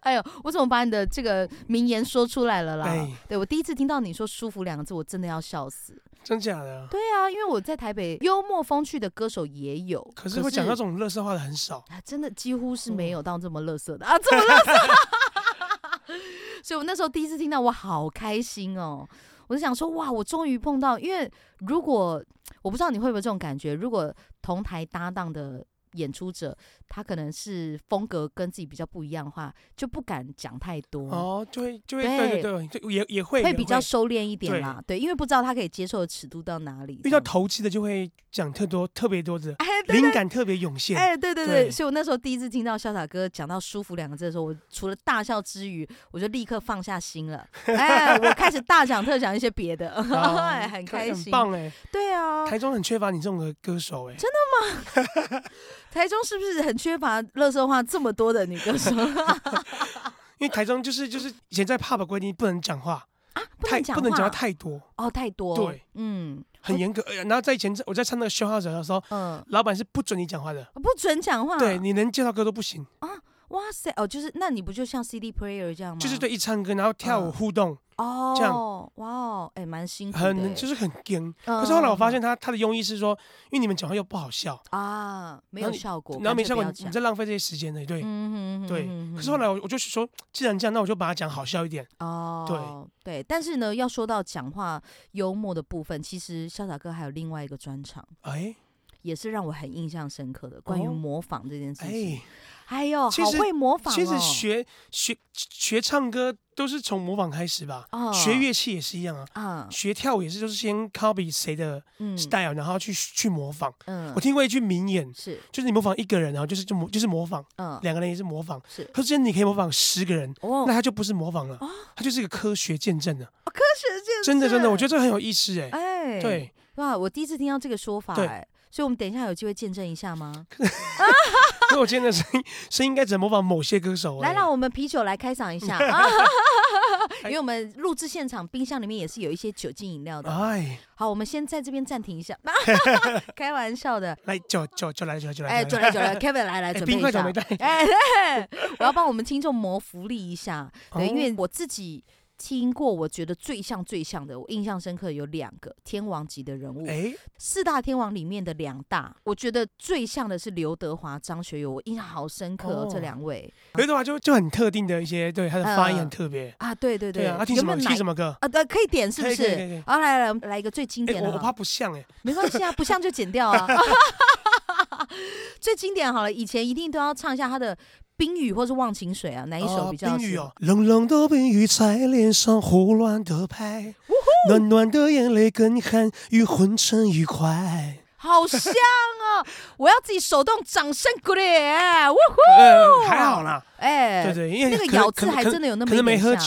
Speaker 2: 哎呦，我怎么把你的这个名言说出来了啦？
Speaker 1: 哎
Speaker 2: 对我第一次听到你说“舒服”两个字，我真的要笑死。
Speaker 1: 真假的？
Speaker 2: 对啊，因为我在台北幽默风趣的歌手也有，
Speaker 1: 可是会讲那种乐色话的很少，
Speaker 2: 啊，真的几乎是没有到这么乐色的、啊，这么乐色。 所以我那时候第一次听到，我好开心哦！我就想说，哇，我终于碰到，因为如果我不知道你会不会有这种感觉，如果同台搭档的演出者，他可能是风格跟自己比较不一样的话，就不敢讲太多。
Speaker 1: 哦，就会就会
Speaker 2: 嗯对
Speaker 1: 对对对，就也也会
Speaker 2: 会
Speaker 1: 也
Speaker 2: 比较收敛一点啦，对，因为不知道他可以接受的尺度到哪里。
Speaker 1: 遇
Speaker 2: 这
Speaker 1: 到
Speaker 2: 样
Speaker 1: 投机的就会讲特多特别多的，
Speaker 2: 哎，对
Speaker 1: 灵感特别涌现，
Speaker 2: 哎，对对对，
Speaker 1: 对
Speaker 2: 所以我那时候第一次听到潇洒哥讲到“舒服”两个字的时候，我除了大笑之余，我就立刻放下心了。哎，我开始大讲特讲一些 别的， 哎，
Speaker 1: 啊
Speaker 2: 很开
Speaker 1: 很
Speaker 2: 心。
Speaker 1: 棒哎，
Speaker 2: 对啊，
Speaker 1: 台中很缺乏你这种的歌手哎，
Speaker 2: 台中是不是很缺乏乐色话这么多的女歌手
Speaker 1: 因为台中就是就是以前在 pub 规定不能讲话，
Speaker 2: 啊不
Speaker 1: 太
Speaker 2: 能讲
Speaker 1: 不能讲话
Speaker 2: 话
Speaker 1: 太多，
Speaker 2: 哦，太多。
Speaker 1: 对，
Speaker 2: 嗯
Speaker 1: 很严格。呃然后在以前在我在唱那个 show house 的时候，
Speaker 2: 嗯，
Speaker 1: 老板是不准你讲话的，
Speaker 2: 不准讲话。
Speaker 1: 对，，你能介绍歌都不行，
Speaker 2: 哇塞，哦，就是那你不就像 CD player 这样吗？
Speaker 1: 就是对一唱歌然后跳舞
Speaker 2: 嗯
Speaker 1: 互动，
Speaker 2: 哦，
Speaker 1: 这样
Speaker 2: 哇哦，哎，蛮辛苦的哎。
Speaker 1: 很就是很硬。
Speaker 2: 嗯，
Speaker 1: 可
Speaker 2: 可
Speaker 1: 是后来我发现他他的用意是说，因为你们讲话又不好笑，
Speaker 2: 啊，没
Speaker 1: 然
Speaker 2: 有
Speaker 1: 后你
Speaker 2: 效果，
Speaker 1: 然后没
Speaker 2: 干脆
Speaker 1: 效
Speaker 2: 不
Speaker 1: 果
Speaker 2: 要
Speaker 1: 你
Speaker 2: 讲
Speaker 1: 你在浪费这些时间呢，对。
Speaker 2: 嗯哼
Speaker 1: 对
Speaker 2: 哼哼
Speaker 1: 可是后
Speaker 2: 哼
Speaker 1: 来我我就是说，既然这样，那我就把它讲好笑一点。
Speaker 2: 哦，对但是呢，要说到讲话幽默的部分，其实潇洒哥还有另外一个专场，
Speaker 1: 哎
Speaker 2: 也是让我很印象深刻的，关于
Speaker 1: 哦
Speaker 2: 模仿这件事情。
Speaker 1: 哎，
Speaker 2: 哎呦，
Speaker 1: 其
Speaker 2: 好
Speaker 1: 实
Speaker 2: 会模仿哦！
Speaker 1: 其实学学学唱歌都是从模仿开始吧，
Speaker 2: 哦
Speaker 1: 学乐器也是一样啊，
Speaker 2: 啊，
Speaker 1: 学跳舞也是，就是先 copy 谁的
Speaker 2: 嗯
Speaker 1: style，然后去去模仿。
Speaker 2: 嗯
Speaker 1: 我听过一句名言，
Speaker 2: 是
Speaker 1: 就是你模仿一个人，然后就是就模就是模仿，
Speaker 2: 嗯
Speaker 1: 两个人也是模仿。
Speaker 2: 是
Speaker 1: 可是你可以模仿十个人，
Speaker 2: 哦
Speaker 1: 那，他就不是模仿了
Speaker 2: 哦，
Speaker 1: 他就是一个科学见证了。
Speaker 2: 科学界
Speaker 1: 真的真的，我觉得这很有意思哎。
Speaker 2: 哎
Speaker 1: 对，
Speaker 2: 哇，我第一次听到这个说法
Speaker 1: 对
Speaker 2: 哎，所以我们等一下有机会见证一下吗？
Speaker 1: 所以我今天的声音 声音应该只能模仿某些歌手哎。
Speaker 2: 来，让我们啤酒来开嗓一 下，啊因为我们录制现场冰箱里面也是有一些酒精饮料的。
Speaker 1: 哎，
Speaker 2: 好，我们先在这边暂停一下， 开玩 笑的。
Speaker 1: 来酒酒酒来酒来酒来，
Speaker 2: 哎，
Speaker 1: 酒
Speaker 2: 酒来酒来，Kevin 来来
Speaker 1: 啊哎
Speaker 2: 准备
Speaker 1: 冰
Speaker 2: 一
Speaker 1: 块酒
Speaker 2: 下
Speaker 1: 没。带，
Speaker 2: 哎， 嘿我要帮我们听众谋福利一下，
Speaker 1: 哦
Speaker 2: 对，因为我自己听过，我觉得最像最像的，我印象深刻有两个天王级的人物，
Speaker 1: 哎
Speaker 2: 四大天王里面的两大，我觉得最像的是刘德华、张学友，我印象好深刻哦，
Speaker 1: 哦
Speaker 2: 这两位
Speaker 1: 刘德华就就很特定的一些，对他的发音
Speaker 2: 嗯
Speaker 1: 很特别。
Speaker 2: 啊，对对
Speaker 1: 对啊，他听
Speaker 2: 有
Speaker 1: 什
Speaker 2: 没
Speaker 1: 么
Speaker 2: 有哪
Speaker 1: 听什么歌？
Speaker 2: 啊？对，可以点是
Speaker 1: 可
Speaker 2: 不
Speaker 1: 以可以可以可
Speaker 2: 是
Speaker 1: 以？
Speaker 2: 好，来来来来一个最经
Speaker 1: 哎，
Speaker 2: 典的
Speaker 1: 我
Speaker 2: 好
Speaker 1: 我
Speaker 2: 了，
Speaker 1: 怕不像哎，
Speaker 2: 没关系啊，不像就剪掉啊。 最经典好了，以前一定都要唱一下他的《冰雨》或是《忘情水》啊，哪一
Speaker 1: 哦
Speaker 2: 首比较？
Speaker 1: 冰雨哦，，冷冷的冰雨在脸上胡乱的拍，暖暖的眼泪跟寒雨混成一块。
Speaker 2: 好像哦，我要自己手动掌声鼓励，哇呼！
Speaker 1: 呃，还好啦，
Speaker 2: 哎，
Speaker 1: 对对，因为
Speaker 2: 那个
Speaker 1: 可能
Speaker 2: 咬字还真的有那么
Speaker 1: 可能可能可能没
Speaker 2: 一点
Speaker 1: 喝
Speaker 2: 像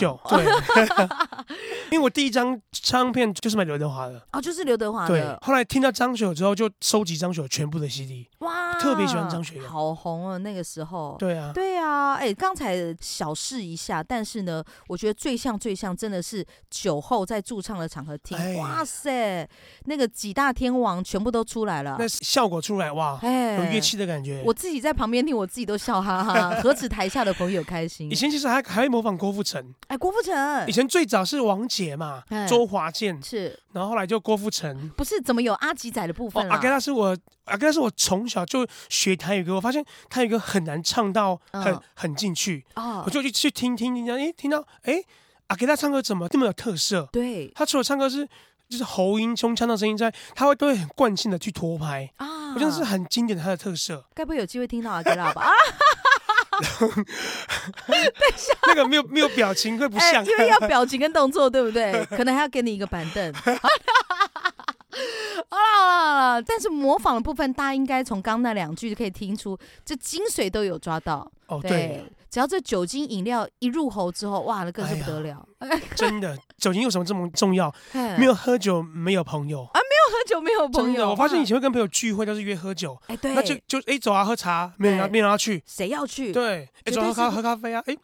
Speaker 1: 酒，对。 因为我第一张唱片就是买刘德华的，
Speaker 2: 哦，就是刘德华
Speaker 1: 对
Speaker 2: 的。
Speaker 1: 后来听到张学友之后，就收集张学友全部的 CD。
Speaker 2: 哇，
Speaker 1: 特别喜欢张学友
Speaker 2: 好红哦，那个时候。
Speaker 1: 对 啊，
Speaker 2: 对啊，哎，刚才小试一下，但是呢，我觉得最像最像真的是酒后在驻唱的场合听，
Speaker 1: 哎
Speaker 2: 哇塞，那个几大天王全部都出来了，
Speaker 1: 那效果出来哇，
Speaker 2: 哎，
Speaker 1: 有乐器的感觉。
Speaker 2: 啊我自己在旁边听，我自己都笑哈哈，何止台下的朋友开心
Speaker 1: 以？前其实还还会模仿郭富城，
Speaker 2: 哎，郭富城
Speaker 1: 以前最早是王杰嘛
Speaker 2: 哎，
Speaker 1: 周华健，
Speaker 2: 是
Speaker 1: 然后后来就郭富城。
Speaker 2: 不是怎么有阿吉仔的部
Speaker 1: 哦
Speaker 2: 分，啦
Speaker 1: 阿？盖拉是我，阿盖拉是我从小就学台语歌，我发现台语歌很难唱到很、
Speaker 2: 嗯
Speaker 1: 很进去，
Speaker 2: 哦
Speaker 1: 我，就去去听听听，哎，听到哎，阿盖拉唱歌怎么这么有特色？
Speaker 2: 对，
Speaker 1: 他除了唱歌是就是喉音、胸腔的声音在，他会都会很惯性的去拖拍，
Speaker 2: 啊，
Speaker 1: 我觉得是很经典的他的特色。
Speaker 2: 该不会有机会听到阿给拉吧？啊，
Speaker 1: 那个没有没有表情会不
Speaker 2: 哎
Speaker 1: 像，啊
Speaker 2: 因为要表情跟动作，对 不对？可能还要给你一个板凳。 好啦好啦好啦，但是模仿的部分，大家应该从刚那两句就可以听出，这精髓都有抓到。
Speaker 1: 哦对，
Speaker 2: 只要这酒精饮料一入喉之后，哇，那更是
Speaker 1: 哎呀
Speaker 2: 不得了。
Speaker 1: 真的酒精有什么这么重要？
Speaker 2: 哎
Speaker 1: 没有喝酒没有朋友，
Speaker 2: 喝酒没有啊朋
Speaker 1: 真的。
Speaker 2: 友，
Speaker 1: 我发现以
Speaker 2: 嗯
Speaker 1: 前会跟朋友聚会都是约喝酒，
Speaker 2: 哎，对，
Speaker 1: 那就就哎走啊喝茶，没人要
Speaker 2: 对
Speaker 1: 没人要去，
Speaker 2: 谁要去？
Speaker 1: 对，哎
Speaker 2: 绝
Speaker 1: 走
Speaker 2: 对
Speaker 1: 啊喝咖
Speaker 2: 是
Speaker 1: 喝咖啡啊，哎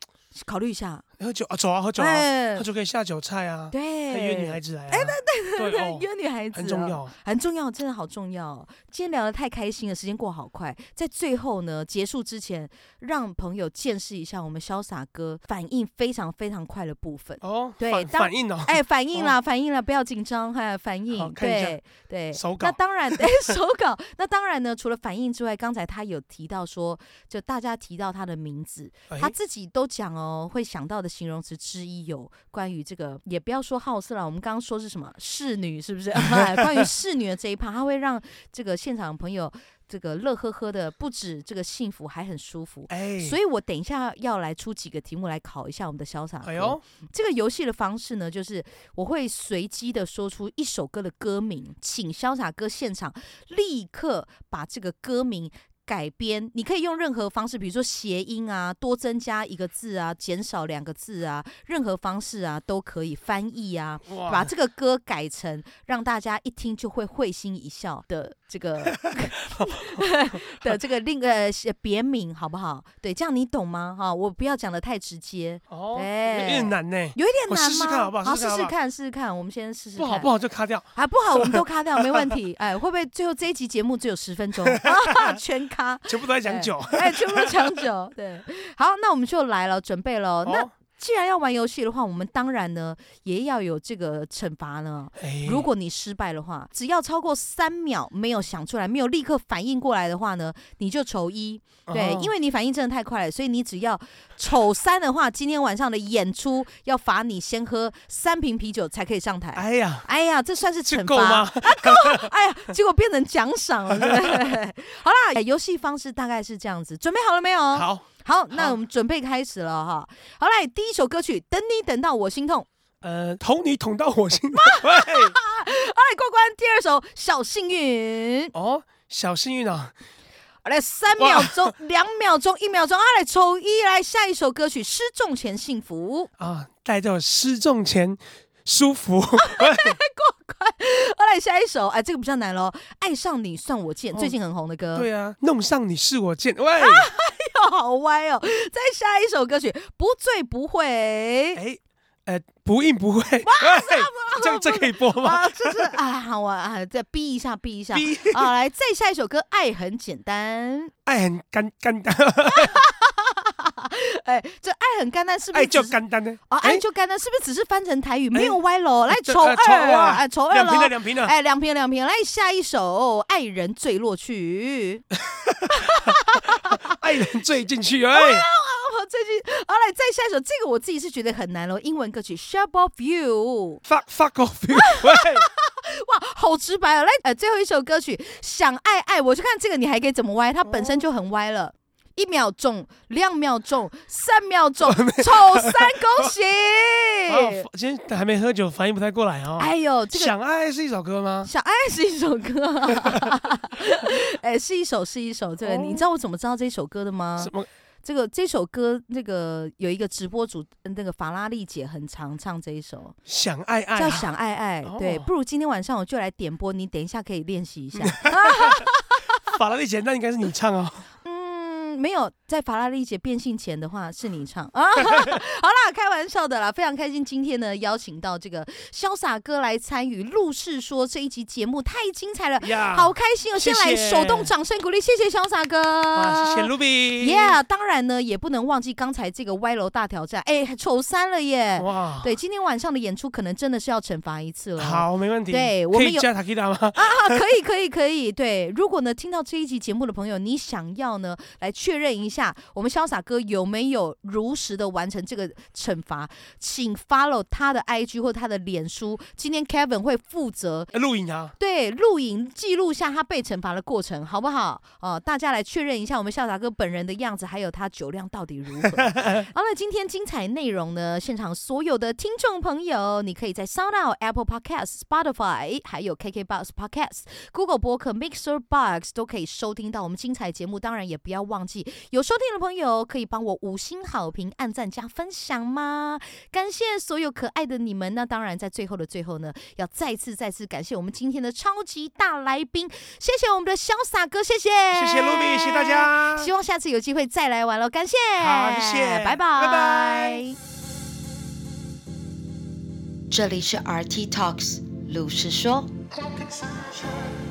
Speaker 2: 考虑一下。
Speaker 1: 喝酒啊走啊喝酒啊，
Speaker 2: 哎
Speaker 1: 喝，酒可以下酒菜啊，
Speaker 2: 对，
Speaker 1: 再约女孩
Speaker 2: 子，
Speaker 1: 子来啊，哎对对
Speaker 2: 对，
Speaker 1: 对，哦
Speaker 2: 约女孩子
Speaker 1: 很重
Speaker 2: 啊
Speaker 1: 要。
Speaker 2: 很重要，真的好重要哦、今天聊得太开心了，时间过好快。在最后呢，结束之前，让朋友见识一下我们潇洒哥反应非常非常快的部分。
Speaker 1: 哦，
Speaker 2: 对
Speaker 1: 反
Speaker 2: 当
Speaker 1: 反应哦，
Speaker 2: 哎，反应啦，反应啦，不要紧张，哈，反
Speaker 1: 好
Speaker 2: 应，
Speaker 1: 看一下
Speaker 2: 对对，
Speaker 1: 手
Speaker 2: 那
Speaker 1: 稿
Speaker 2: 当然，哎，手稿。那当然呢，除了反应之外，刚才他有提到说，就大家提到他的名字，
Speaker 1: 哎
Speaker 2: 他自己都讲哦，会想到的形容词之一有关于这个，也不要说好色了，我们刚刚说是什么侍女，是不 是？哎关于侍女的这一趴，他会让这个现场朋友这个乐呵呵的，不止这个幸福，还很舒服。
Speaker 1: 哎，
Speaker 2: 所以我等一下要来出几个题目来考一下我们的潇洒哥。
Speaker 1: 哎呦，
Speaker 2: 这个游戏的方式呢，就是我会随机的说出一首歌的歌名，请潇洒哥现场立刻把这个歌名。改编，你可以用任何方式，比如说谐音啊，多增加一个字啊，减少两个字啊，任何方式啊都可以翻译啊，把
Speaker 1: 哇，
Speaker 2: 这个歌改成让大家一听就会会心一笑的 这个 的这个另呃别名，好不好？对，这样你懂吗？哈、我不要讲的太直接，
Speaker 1: 哦，有
Speaker 2: 哎
Speaker 1: 点难呢，
Speaker 2: 有一点
Speaker 1: 我
Speaker 2: 难
Speaker 1: 哦试
Speaker 2: 吗？
Speaker 1: 试看好不好试试看好不
Speaker 2: 试试
Speaker 1: 好
Speaker 2: 看，试试看。我们先试试
Speaker 1: 不
Speaker 2: 看。
Speaker 1: 好不好就卡掉，
Speaker 2: 啊，不好，我们都 卡掉，没问题。哎，会不会最后这一集节目只有十分钟， 全卡？
Speaker 1: 全部都在讲酒。
Speaker 2: 哎，全部都抢 酒。对，好，那我们就来了，准备了。那
Speaker 1: 哦
Speaker 2: 既然要玩游戏的话，我们当然呢也要有这个惩罚呢。
Speaker 1: 哎
Speaker 2: 如果你失败的话，只要超过三秒没有想出来，没有立刻反应过来的话呢，你就丑一。对，
Speaker 1: 哦
Speaker 2: 因为你反应真的太快了，所以你只要丑三的话，今天晚上的演出要罚你先喝三瓶啤酒才可以上台。
Speaker 1: 哎呀，
Speaker 2: 哎呀，这算是
Speaker 1: 这
Speaker 2: 惩
Speaker 1: 够
Speaker 2: 罚
Speaker 1: 吗？？
Speaker 2: 哎呀，结果变成奖赏了。对不对好啦，游戏方式大概是这样子，准备好了没有？
Speaker 1: 好，
Speaker 2: 好，那我们准备开始了哈。好嘞，第一首歌曲《等你等到我心痛》。
Speaker 1: 呃，捅你捅到火星。喂
Speaker 2: 好嘞，过关。第二首《小幸运》。
Speaker 1: 哦，小幸运啊，
Speaker 2: 好嘞，三秒钟、两秒钟、一秒钟。好嘞，抽一来下一首歌曲《失重前幸福》。
Speaker 1: 啊，带着失重前舒服。
Speaker 2: 好嘞，下一首，哎，这个比较难喽，《爱上你算我贱》，
Speaker 1: 哦
Speaker 2: 最近很红的歌。
Speaker 1: 对啊，弄上你是我贱。喂，
Speaker 2: 好歪哦。再下一首歌曲《不醉不会》。
Speaker 1: 哎，呃，不硬不会。喂，这这可以播吗？
Speaker 2: 啊，就是 啊，好我啊，再逼一下，逼一下。
Speaker 1: 逼
Speaker 2: 啊，来，再下一首歌，《爱很简单》。
Speaker 1: 爱很干干单，
Speaker 2: 哎，这爱很简单，是不
Speaker 1: 爱
Speaker 2: 是
Speaker 1: 哎就
Speaker 2: 只是？
Speaker 1: 干单呢。
Speaker 2: 哦，
Speaker 1: 哎
Speaker 2: 爱就简单，是不是只是翻成台语，没
Speaker 1: 哎
Speaker 2: 有歪楼？来，
Speaker 1: 这
Speaker 2: 丑
Speaker 1: 呃丑
Speaker 2: 二，
Speaker 1: 啊
Speaker 2: 哎，丑二
Speaker 1: 两啊瓶了，
Speaker 2: 喽。
Speaker 1: 两瓶了。
Speaker 2: 哎，两瓶两瓶，来下一首《爱人坠落去》。
Speaker 1: 爱人醉进去。哎，
Speaker 2: 哦，最近， 好来再下一首，这个我自己是觉得很难喽，英文歌曲《Shape of You
Speaker 1: fuck fuck off you。喂。》，
Speaker 2: 哎哇，好直白哦。来，呃，最后一首歌曲《想爱爱我》，就看这个你还可以怎么歪，它本
Speaker 1: 哦
Speaker 2: 身就很歪了。一秒钟，两 秒钟，三秒钟，丑三，恭喜！
Speaker 1: 哦，今天还没喝酒，反应不太过来哦。
Speaker 2: 哎呦，这个
Speaker 1: 想爱是一首歌吗？
Speaker 2: 想爱是一首歌， 哎，是一首是一首。这
Speaker 1: 哦
Speaker 2: 个你知道我怎么知道这首歌的吗？
Speaker 1: 什么？
Speaker 2: 这个这首歌，那个有一个直播主，呃那个法拉利姐很常唱这一首，
Speaker 1: 想爱爱
Speaker 2: 叫
Speaker 1: 啊
Speaker 2: 《想爱爱》。对，
Speaker 1: 哦
Speaker 2: 不如今天晚上我就来点播，你等一下可以练习一下。
Speaker 1: 法拉利姐，那应该是你唱 哦。
Speaker 2: 嗯，没有，在法拉利姐变性前的话是你唱 啊。好啦，开玩笑的啦，非常开心今天呢邀请到这个潇洒哥来参与《陆氏说》这一集节目，太精彩了，
Speaker 1: 呀，
Speaker 2: 好开心哦！
Speaker 1: 啊谢
Speaker 2: 先来
Speaker 1: 谢
Speaker 2: 手动掌声鼓励，谢谢潇洒哥，
Speaker 1: 啊，谢谢 Ruby。
Speaker 2: Yeah，当然呢，也不能忘记刚才这个歪楼大挑战，哎、丑三了耶！
Speaker 1: 哇，
Speaker 2: 对，今天晚上的演出可能真的是要惩罚一次了。哦
Speaker 1: 好，没问题。
Speaker 2: 对我
Speaker 1: 可
Speaker 2: 们
Speaker 1: 以
Speaker 2: 有
Speaker 1: 加 Takita 吗？
Speaker 2: 啊啊，可以，可以，可以。对，如果呢听到这一集节目的朋友，你想要呢来确认一下我们潇洒哥有没有如实的完成这个惩罚，请 follow 他的 IG 或他的脸书。今天 Kevin 会负责
Speaker 1: 哎录影啊，
Speaker 2: 对，录影记录下他被惩罚的过程，好不好？哦，大家来确认一下我们潇洒哥本人的样子，还有他酒量到底如何。好了，今天精彩内容呢，现场所有的听众朋友，你可以在 SoundOut、Apple Podcast、Spotify，还有 KKBox Podcast、Google 播客、Mixer Box 都可以收听到我们精彩节目。当然，也不要忘记有收听的朋友可以帮我五星好评、按赞加分享吗？感谢所有可爱的你们。那当然，在最后的最后呢，要再次再次感谢我们今天的超级大来宾，谢谢我们的潇洒哥，谢谢，
Speaker 1: 谢谢卢比，谢谢大。家。
Speaker 2: 希望下次有机会再来玩喽，感谢，
Speaker 1: 好谢谢
Speaker 2: 拜拜，
Speaker 1: 拜拜。
Speaker 3: 这里是 RT Talks 鲁是说。
Speaker 4: Talking sunshine.